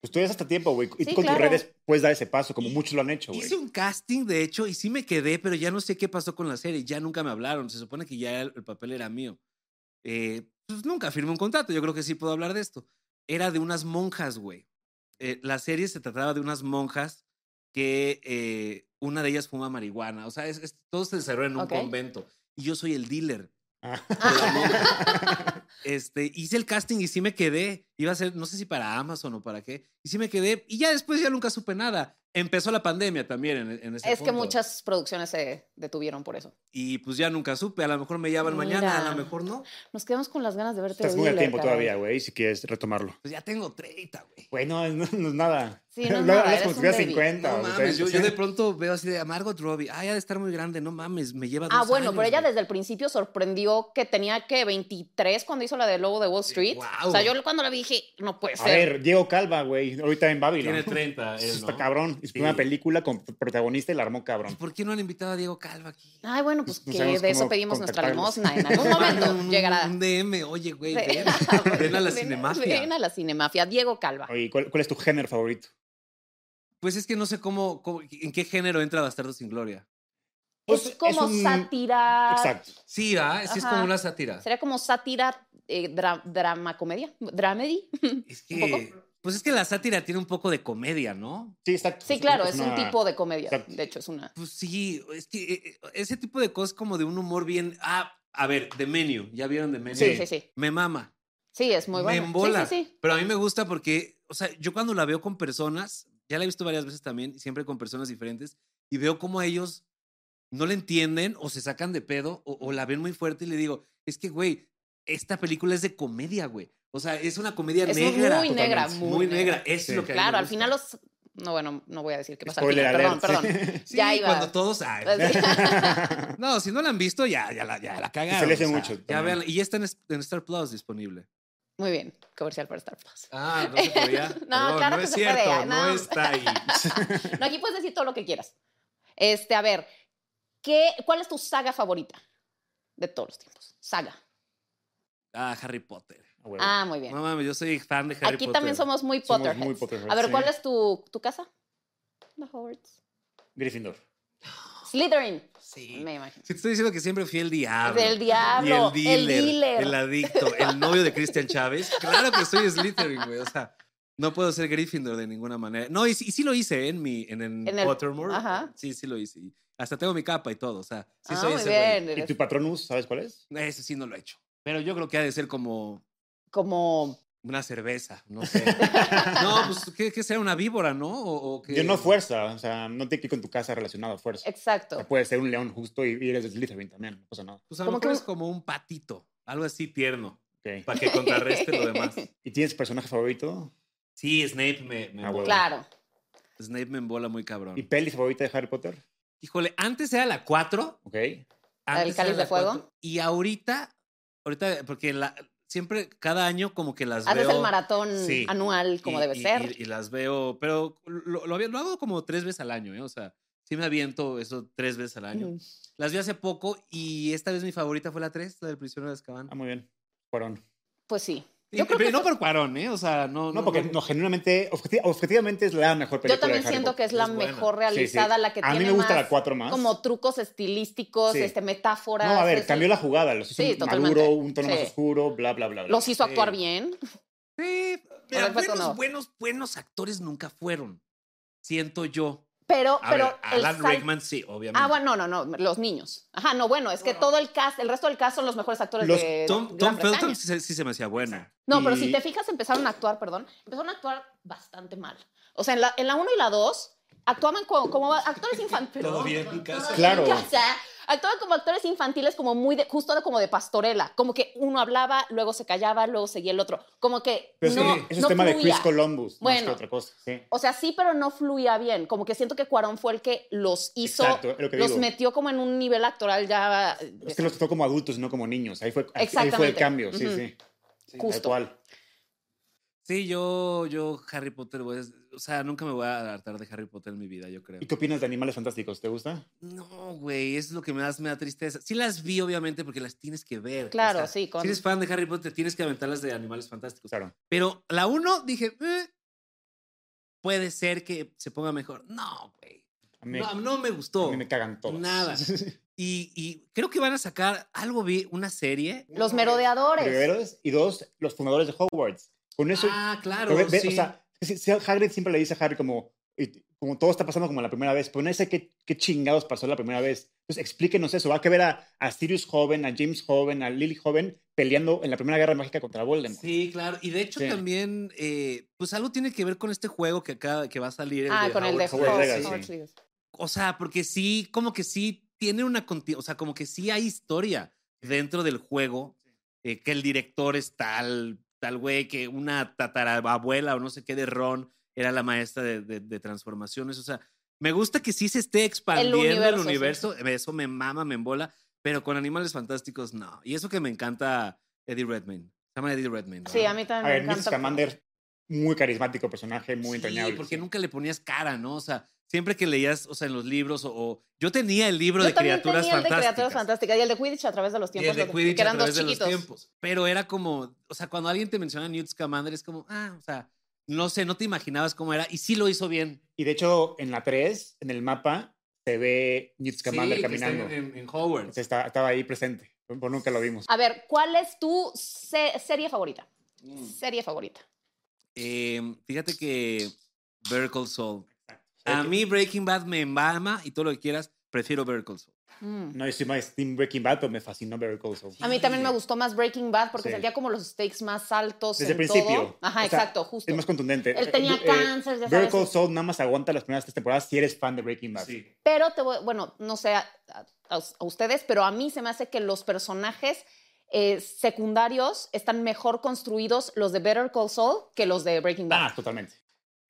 Speaker 1: Pues tú ya estás a tiempo, güey. Y
Speaker 2: Sí,
Speaker 1: tú con
Speaker 2: claro.
Speaker 1: tus redes puedes dar ese paso, como muchos lo han hecho, güey.
Speaker 3: Hice un casting, de hecho, y sí me quedé, pero ya no sé qué pasó con la serie. Ya nunca me hablaron. Se supone que ya el, el papel era mío. Eh, pues nunca firmé un contrato. Yo creo que sí puedo hablar de esto. Era de unas monjas, güey. Eh, la serie se trataba de unas monjas que eh, una de ellas fuma marihuana. O sea, es- es- todo se desarrolla en un
Speaker 2: Ok.
Speaker 3: convento. Y yo soy el dealer.
Speaker 1: Ah.
Speaker 3: de la monja. Este, hice el casting y sí me quedé. Iba a ser, no sé si para Amazon o para qué. Y sí me quedé. Y ya después ya nunca supe nada. Empezó la pandemia también en, en ese
Speaker 2: es que
Speaker 3: punto.
Speaker 2: muchas producciones se detuvieron por eso.
Speaker 3: Y pues ya nunca supe. A lo mejor me llaman mañana, a lo
Speaker 2: Mira.
Speaker 3: mejor no.
Speaker 2: Nos quedamos con las ganas de verte.
Speaker 1: Estás muy a
Speaker 2: horrible,
Speaker 1: tiempo
Speaker 2: caray.
Speaker 1: todavía, güey, si quieres retomarlo.
Speaker 3: Pues ya tengo 30, güey.
Speaker 1: Güey, no, no, no es nada.
Speaker 2: Sí, no es
Speaker 1: Luego
Speaker 2: nada,
Speaker 1: hablas
Speaker 2: eres
Speaker 1: como si
Speaker 2: un
Speaker 1: tuvieras
Speaker 2: baby.
Speaker 1: 50.
Speaker 3: No
Speaker 1: o
Speaker 3: mames, yo, yo
Speaker 1: 70.
Speaker 3: de pronto veo así de a Margot Robbie. Ah, ya de estar muy grande, no mames, me lleva dos
Speaker 2: Ah, bueno, pero
Speaker 3: años,
Speaker 2: ella
Speaker 3: güey.
Speaker 2: desde el principio sorprendió que tenía que 23 cuando hizo la de Lobo de Wall Street.
Speaker 3: guau.
Speaker 2: O sea, yo cuando la vi dije, no puede
Speaker 1: A
Speaker 2: ser.
Speaker 1: ver, Diego Calva, güey, ahorita en Babylon.
Speaker 3: Tiene 30, él,
Speaker 1: Eso Está
Speaker 3: ¿no?
Speaker 1: cabrón. Es
Speaker 3: Sí.
Speaker 1: una película con protagonista y la armó cabrón.
Speaker 3: Pues, ¿Por qué no han invitado a Diego Calvo aquí?
Speaker 2: Ay, bueno, pues
Speaker 1: No
Speaker 2: que
Speaker 1: sabemos
Speaker 2: de eso
Speaker 1: cómo
Speaker 2: pedimos nuestra
Speaker 1: contactarlos.
Speaker 2: limosna. En algún momento
Speaker 3: Un-
Speaker 2: llegará.
Speaker 3: Un DM, oye, güey,
Speaker 2: Sí.
Speaker 3: ven, ven a la cinemafia.
Speaker 2: Ven a la cinemafia. Diego Calva.
Speaker 1: Oye, ¿cuál, cuál es tu género favorito?
Speaker 3: Pues es que no sé cómo, cómo- en qué género entra Bastardo sin Gloria.
Speaker 1: Pues,
Speaker 2: es como
Speaker 1: un-
Speaker 2: sátira.
Speaker 1: Exacto.
Speaker 3: Sí, ¿ah? sí es como
Speaker 2: Ajá.
Speaker 3: una sátira.
Speaker 2: Sería como sátira, eh, dra- dramacomedia. Dramedy.
Speaker 3: Es
Speaker 2: ¿Un
Speaker 3: que, pues es que la sátira tiene un poco de comedia, ¿no?
Speaker 1: Sí, exacto.
Speaker 2: Sí, claro, es
Speaker 1: una-
Speaker 2: un tipo de comedia.
Speaker 1: Exacto.
Speaker 2: De hecho, es una.
Speaker 3: Pues sí, es que eh, eh, ese tipo de cosas como de un humor bien, ah, a ver, de Menu, ¿ya vieron de Menu?
Speaker 2: Sí,
Speaker 1: Sí.
Speaker 2: sí, sí.
Speaker 3: Me mama,
Speaker 2: Sí, es muy
Speaker 3: Me
Speaker 2: buena.
Speaker 3: embola.
Speaker 2: Sí, sí, sí.
Speaker 3: pero a mí me gusta porque, o sea, yo cuando la veo con personas, ya la he visto varias veces también, siempre con personas diferentes, y veo como a ellos no le entienden o se sacan de pedo o, o la ven muy fuerte y le digo, es que, güey, esta película es de comedia, güey. O sea, es una comedia
Speaker 2: Es
Speaker 3: negra.
Speaker 2: muy negra,
Speaker 3: totalmente,
Speaker 2: muy negra.
Speaker 3: Eso es
Speaker 1: Sí.
Speaker 3: lo que a mí me
Speaker 2: Claro, al
Speaker 3: gusta.
Speaker 2: final los. No, bueno, no voy a decir qué pasa. al
Speaker 1: Spoiler
Speaker 2: final, Perdón,
Speaker 1: alert.
Speaker 2: perdón.
Speaker 3: Sí,
Speaker 2: ya iba. Pues,
Speaker 3: cuando todos... ay,
Speaker 1: Ah,
Speaker 3: No, si no la han visto, ya, ya, la, ya la cagaron.
Speaker 1: le hace
Speaker 3: o sea,
Speaker 1: mucho
Speaker 3: Ya
Speaker 1: también.
Speaker 3: vean, y ya está en, es- en Star Plus disponible.
Speaker 2: Muy bien, comercial para Star Plus.
Speaker 3: Ah, no se podía.
Speaker 2: No,
Speaker 3: no,
Speaker 2: claro
Speaker 3: no
Speaker 2: que
Speaker 3: es
Speaker 2: se
Speaker 3: cierto,
Speaker 2: podía,
Speaker 3: no.
Speaker 2: no.
Speaker 3: está ahí.
Speaker 2: No, aquí puedes decir todo lo que quieras. Este, a ver, ¿qué, ¿cuál es tu saga favorita de todos los tiempos? Saga.
Speaker 3: Ah, Harry Potter.
Speaker 1: A huevo.
Speaker 2: Ah, muy bien.
Speaker 3: No mames, yo soy fan de Harry Potter.
Speaker 2: Aquí también somos muy
Speaker 1: Somos
Speaker 2: Potterheads.
Speaker 1: muy Potterheads,
Speaker 2: A ver,
Speaker 1: sí.
Speaker 2: ¿cuál es tu, tu casa? The Hogwarts.
Speaker 1: Gryffindor.
Speaker 2: Slytherin,
Speaker 3: Sí.
Speaker 2: me imagino.
Speaker 3: Si te estoy diciendo que siempre fui el diablo.
Speaker 2: Del diablo,
Speaker 3: Y el
Speaker 2: el
Speaker 3: dealer, el
Speaker 2: dealer.
Speaker 3: adicto, el novio de Christian Chávez. Claro que soy Slytherin, güey. O sea, no puedo ser Gryffindor de ninguna manera. No, y, sí- y sí lo hice en mi en, en
Speaker 2: En el-
Speaker 3: Pottermore.
Speaker 2: ajá.
Speaker 3: Sí, sí lo hice. Y hasta tengo mi capa y todo. O sea, sí
Speaker 2: ah,
Speaker 3: soy
Speaker 2: muy
Speaker 3: ese güey.
Speaker 2: bien.
Speaker 1: ¿Y
Speaker 2: eres
Speaker 1: tu patronus, sabes cuál es?
Speaker 3: Ese sí no lo he hecho. Pero yo creo que ha de ser como
Speaker 2: Como
Speaker 3: una cerveza, no sé. no, pues que, que sea una víbora, ¿no? O, o que...
Speaker 1: Yo no fuerza, o sea, no te clico en tu casa relacionado a fuerza.
Speaker 2: Exacto.
Speaker 1: O sea, puedes ser un león justo y, y eres Slytherin también, no pasa nada.
Speaker 3: Pues a
Speaker 2: Como
Speaker 3: lo mejor
Speaker 2: que-
Speaker 3: es como un patito, algo así tierno,
Speaker 1: Ok.
Speaker 3: para que contrarreste lo demás.
Speaker 1: ¿Y tienes personaje favorito?
Speaker 3: Sí, Snape me, me
Speaker 1: Ah,
Speaker 3: embola.
Speaker 1: huevo.
Speaker 2: Claro.
Speaker 3: Snape me embola muy cabrón.
Speaker 1: ¿Y peli favorita de Harry Potter?
Speaker 3: Híjole, antes era la 4.
Speaker 1: Ok.
Speaker 2: ¿La del
Speaker 3: antes era
Speaker 2: Cáliz de
Speaker 3: la
Speaker 2: Fuego?
Speaker 3: 4, Y ahorita, ahorita, porque la, siempre, cada año como que
Speaker 1: Pues
Speaker 3: las
Speaker 2: Haces
Speaker 3: veo.
Speaker 2: el maratón
Speaker 3: sí.
Speaker 2: anual como
Speaker 3: y-
Speaker 2: debe
Speaker 3: y-
Speaker 2: ser.
Speaker 3: Y, y las veo, pero lo, lo había- lo hago como tres veces al año, ¿eh? O sea, sí me aviento eso tres veces al año.
Speaker 2: Mm.
Speaker 3: Las vi hace poco y esta vez mi favorita fue la 3, la del prisionero de Azkaban.
Speaker 1: Ah, muy bien. Cuarón.
Speaker 2: Pues sí.
Speaker 3: Y-
Speaker 2: Yo creo
Speaker 3: pero
Speaker 2: que
Speaker 3: no
Speaker 2: eso-
Speaker 3: por Cuarón, ¿eh? O sea, no.
Speaker 1: No, porque no, genuinamente, objeti- objetivamente es la mejor película.
Speaker 2: Yo también
Speaker 1: de Harry
Speaker 2: siento que
Speaker 1: Potter.
Speaker 2: es la
Speaker 3: Es buena.
Speaker 2: mejor
Speaker 1: Sí, sí.
Speaker 2: realizada, la que
Speaker 1: A
Speaker 2: tiene
Speaker 1: mí me gusta
Speaker 2: más
Speaker 1: la 4 más.
Speaker 2: como trucos estilísticos,
Speaker 1: Sí.
Speaker 2: este, metáforas.
Speaker 1: no, a ver,
Speaker 2: eso-
Speaker 1: cambió la jugada, los hizo
Speaker 2: Sí,
Speaker 1: maduro,
Speaker 2: totalmente.
Speaker 1: un tono
Speaker 2: Sí.
Speaker 1: más oscuro, bla, bla, bla. bla.
Speaker 2: Los hizo actuar
Speaker 3: Sí.
Speaker 2: bien.
Speaker 3: Sí,
Speaker 2: A
Speaker 3: mira,
Speaker 2: ver, Paco,
Speaker 3: buenos,
Speaker 2: no.
Speaker 3: buenos, buenos actores nunca fueron. Siento yo.
Speaker 2: Pero,
Speaker 3: A
Speaker 2: pero
Speaker 3: ver,
Speaker 2: el
Speaker 3: Alan
Speaker 2: sal-
Speaker 3: Rickman sí, obviamente.
Speaker 2: Ah, bueno, no, no, no, los niños. Ajá, no, bueno, es que todo el cast, el resto del cast son los mejores actores
Speaker 1: Los
Speaker 2: de
Speaker 3: Tom,
Speaker 2: eh, Gran
Speaker 3: Tom
Speaker 2: Bretaña.
Speaker 3: Felton sí, se- sí se me hacía bueno.
Speaker 2: No, pero si
Speaker 1: Y-
Speaker 2: te fijas, empezaron a actuar, perdón, empezaron a actuar bastante mal. O sea, en la 1 y la 2 actuaban como, como actores infantiles.
Speaker 3: Todo bien en casa.
Speaker 1: Claro.
Speaker 2: O sea, actuaban como actores infantiles, como muy de, justo como de pastorela. Como que uno hablaba, luego se callaba, luego seguía el otro. Como que
Speaker 1: Pero es
Speaker 2: no,
Speaker 1: que eso es
Speaker 2: no
Speaker 1: tema de
Speaker 2: fluía.
Speaker 1: Chris Columbus, más que
Speaker 2: Bueno.
Speaker 1: otra cosa. Sí.
Speaker 2: O sea, sí, pero no fluía bien. Como que siento que Cuarón fue el que los hizo,
Speaker 1: Exacto, es lo que
Speaker 2: los
Speaker 1: digo.
Speaker 2: metió como en un nivel actoral ya eh,
Speaker 1: Es que los trató como adultos, no como niños. Ahí fue, ahí fue el
Speaker 2: Exactamente.
Speaker 1: cambio, sí,
Speaker 2: Ujú.
Speaker 1: sí. Tal
Speaker 2: justo.
Speaker 1: cual.
Speaker 3: Sí, yo, yo, Harry Potter, güey, es- o sea, nunca me voy a hartar de Harry Potter en mi vida, yo creo.
Speaker 1: ¿Y qué opinas de Animales Fantásticos? ¿Te gusta?
Speaker 3: No, güey, es lo que me, das, me da tristeza. Sí las vi, obviamente, porque las tienes que ver. o
Speaker 2: Claro,
Speaker 3: sea,
Speaker 2: sí, con-
Speaker 3: Si eres fan de Harry Potter, tienes que aventarlas de Animales Fantásticos.
Speaker 1: Claro.
Speaker 3: Pero la uno, dije, "Eh, puede ser que se ponga mejor. No, güey.
Speaker 1: A mí,
Speaker 3: no,
Speaker 1: a
Speaker 3: no me gustó.
Speaker 1: mí me cagan todos.
Speaker 3: Nada. Y, y creo que van a sacar, algo vi, una serie.
Speaker 2: Los merodeadores.
Speaker 1: Primeros y dos, los fundadores de Hogwarts. Con eso,
Speaker 3: ah, claro.
Speaker 1: pero ve- ve-
Speaker 3: sí.
Speaker 1: o sea, si- si Hagrid siempre le dice a Harry como, y- como todo está pasando como la primera vez, pero no sé qué, qué chingados pasó la primera vez. Entonces explíquenos eso. Va a que ver a, a Sirius joven, a James joven, a Lily joven peleando en la primera guerra mágica contra Voldemort.
Speaker 3: Sí, claro. Y de hecho
Speaker 1: Sí.
Speaker 3: también, eh, pues algo tiene que ver con este juego que acaba, que va a salir.
Speaker 2: Ah, con el de
Speaker 3: Hogwarts
Speaker 1: Hogwarts
Speaker 2: Hogwarts
Speaker 1: Legacy.
Speaker 2: Hogwarts Legacy.
Speaker 3: O sea, porque sí, como que sí tiene una conti- o sea, como que sí hay historia dentro del juego, eh, que el director es tal, tal güey, que una tatarabuela o no sé qué de Ron era la maestra de, de- de transformaciones, o sea, me gusta que sí se esté expandiendo el universo,
Speaker 2: universo, sí.
Speaker 3: eso me mama, me embola, pero con Animales Fantásticos no, y eso que me encanta Eddie Redmayne, se llama Eddie Redmayne. ¿no?
Speaker 2: Sí, a mí
Speaker 1: A
Speaker 2: también me
Speaker 1: ver, Mrs.
Speaker 2: encanta.
Speaker 1: Scamander, muy carismático personaje, muy
Speaker 3: Sí,
Speaker 1: entrañable.
Speaker 3: porque nunca le ponías cara, ¿no? O sea, siempre que leías, o sea, en los libros, o, o- yo tenía el libro
Speaker 2: Yo
Speaker 3: de
Speaker 2: también
Speaker 3: criaturas
Speaker 2: tenía el de criaturas
Speaker 3: fantásticas.
Speaker 2: fantásticas y el de Quidditch a través de los
Speaker 3: Y
Speaker 2: tiempos,
Speaker 3: el de
Speaker 2: los-
Speaker 3: Quidditch
Speaker 2: que
Speaker 3: a
Speaker 2: eran dos
Speaker 3: través de los
Speaker 2: chiquitos.
Speaker 3: tiempos. Pero era como, o sea, cuando alguien te menciona a Newt Scamander es como, ah, o sea, no sé, no te imaginabas cómo era. Y sí lo hizo bien.
Speaker 1: Y de hecho, en la 3, en el mapa, se ve Newt Scamander
Speaker 3: Sí, este, eh, que está
Speaker 1: caminando.
Speaker 3: En, en- en Hogwarts.
Speaker 1: Se está- estaba ahí presente, pero nunca lo vimos.
Speaker 2: A ver, ¿cuál es tu se- serie favorita? Serie favorita.
Speaker 3: Mm. Eh, fíjate que Better Call Saul. A mí Breaking Bad me embama y todo lo que quieras, prefiero Better Call Saul.
Speaker 2: Mm.
Speaker 1: No, yo soy más Team Breaking Bad, pero me fascinó Better Call Saul.
Speaker 2: A mí también me gustó más Breaking Bad porque
Speaker 1: Sí.
Speaker 2: sentía como los stakes más altos.
Speaker 1: Desde
Speaker 2: en
Speaker 1: el principio.
Speaker 2: todo. Ajá,
Speaker 1: O sea,
Speaker 2: exacto, justo.
Speaker 1: Es más contundente. Eh,
Speaker 2: Él tenía cáncer, ya
Speaker 1: Better
Speaker 2: sabes.
Speaker 1: Call Saul nada más aguanta las primeras tres temporadas si eres fan de Breaking Bad.
Speaker 2: Pero te voy- bueno, no sé a, a- a ustedes, pero a mí se me hace que los personajes eh, secundarios están mejor construidos los de Better Call Saul que los de Breaking Bad.
Speaker 1: Ah, totalmente.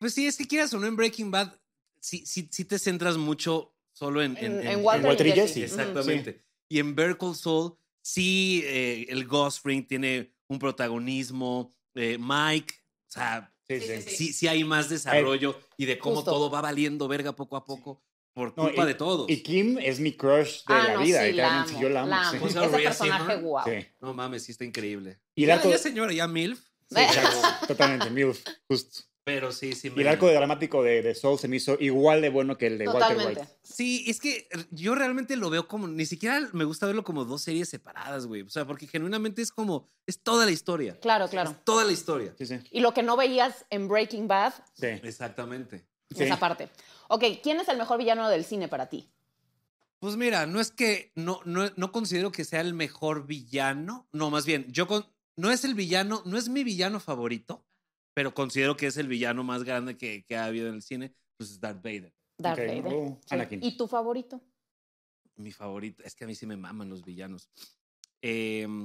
Speaker 3: Pues sí, es que quieras o no en Breaking Bad, sí, sí, sí te centras mucho solo en,
Speaker 2: en,
Speaker 3: en-
Speaker 2: en
Speaker 3: en-
Speaker 2: Walter,
Speaker 1: en Walter
Speaker 2: y
Speaker 1: y
Speaker 2: Jesse.
Speaker 1: Jesse.
Speaker 2: Ujú.
Speaker 3: Exactamente. Y en Better Call Saul, sí, eh, el Ghost Ring tiene un protagonismo. eh, Mike, o sea,
Speaker 1: Sí,
Speaker 4: Sí,
Speaker 1: sí.
Speaker 4: sí,
Speaker 3: sí, sí hay más desarrollo y de cómo
Speaker 2: Justo.
Speaker 3: todo va valiendo verga poco a poco por
Speaker 1: No,
Speaker 3: culpa
Speaker 1: y-
Speaker 3: de todos.
Speaker 1: Y Kim es mi crush de
Speaker 2: Ah,
Speaker 1: la
Speaker 2: no,
Speaker 1: vida.
Speaker 2: sí,
Speaker 1: y
Speaker 2: la
Speaker 1: claramente
Speaker 2: amo,
Speaker 1: yo la amo.
Speaker 2: la
Speaker 1: sí.
Speaker 2: amo.
Speaker 3: Pues,
Speaker 2: Ese
Speaker 3: Rhea
Speaker 2: personaje,
Speaker 3: Simon,
Speaker 2: wow.
Speaker 1: Sí.
Speaker 3: No mames, sí está increíble.
Speaker 1: Y el
Speaker 3: Ya-
Speaker 1: arco-
Speaker 3: ya, señora, ya MILF.
Speaker 1: Sí, exacto, totalmente, MILF, justo.
Speaker 3: Pero sí, sí.
Speaker 1: Y el arco dramático de, de Soul se me hizo igual de bueno que el de Walter
Speaker 2: Totalmente.
Speaker 1: White.
Speaker 3: Sí, es que yo realmente lo veo como, ni siquiera me gusta verlo como dos series separadas, güey. O sea, porque genuinamente es como, es toda la historia.
Speaker 2: Claro, claro.
Speaker 3: Es toda la historia.
Speaker 1: Sí, sí.
Speaker 2: Y lo que no veías en Breaking Bad,
Speaker 1: sí.
Speaker 3: Exactamente.
Speaker 1: Sí.
Speaker 2: esa parte. Ok, ¿quién es el mejor villano del cine para ti?
Speaker 3: Pues mira, no es que, no, no, no considero que sea el mejor villano. No, más bien, yo con, no es el villano, no es mi villano favorito, pero considero que es el villano más grande que, que ha habido en el cine, pues es Darth Vader.
Speaker 2: Darth
Speaker 1: Ok,
Speaker 2: Vader.
Speaker 1: oh,
Speaker 2: Sí.
Speaker 1: Anakin.
Speaker 2: ¿Y tu favorito?
Speaker 3: Mi favorito. Es que a mí sí me maman los villanos. Em,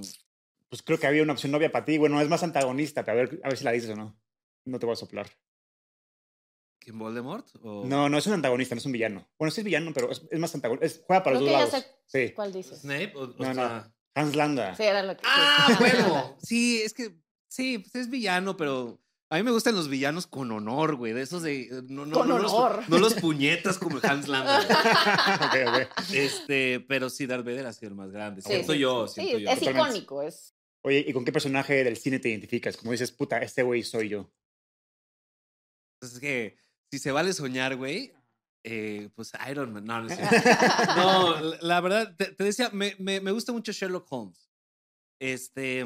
Speaker 1: Pues creo que había una opción novia para ti. Bueno, es más antagonista, pero a ver, a ver si la dices o no. No te voy a soplar.
Speaker 3: ¿quién, Voldemort? O-
Speaker 1: No, no es un antagonista, no es un villano. Bueno, sí es villano, pero es, es más antagonista. Juega para
Speaker 2: Creo
Speaker 1: los dos
Speaker 2: que ya
Speaker 1: lados. Sí.
Speaker 2: ¿Cuál dices?
Speaker 3: Snape. O, o
Speaker 1: No, no.
Speaker 3: sea-
Speaker 1: Hans Landa.
Speaker 2: Sí, era lo que.
Speaker 3: Ah,
Speaker 2: sí.
Speaker 3: bueno. Sí, es que sí, pues es villano, pero a mí me gustan los villanos con honor, güey. De esos de. eh, No, no,
Speaker 2: Con
Speaker 3: no los-
Speaker 2: honor.
Speaker 3: no los puñetas como Hans Landa. güey.
Speaker 1: Ok, ok.
Speaker 3: Este, pero sí, Darth Vader ha sido el más grande.
Speaker 2: Sí,
Speaker 3: siento
Speaker 2: sí,
Speaker 3: yo,
Speaker 2: Sí,
Speaker 3: siento yo.
Speaker 2: es
Speaker 1: Totalmente.
Speaker 2: icónico. Es...
Speaker 1: Oye, ¿y con qué personaje del cine te identificas? Como dices, puta, este güey soy yo.
Speaker 3: Es que si se vale soñar, güey, eh, pues Iron Man. No, no, es cierto. No, la- la verdad, te, te decía, me, me- me gusta mucho Sherlock Holmes. Este,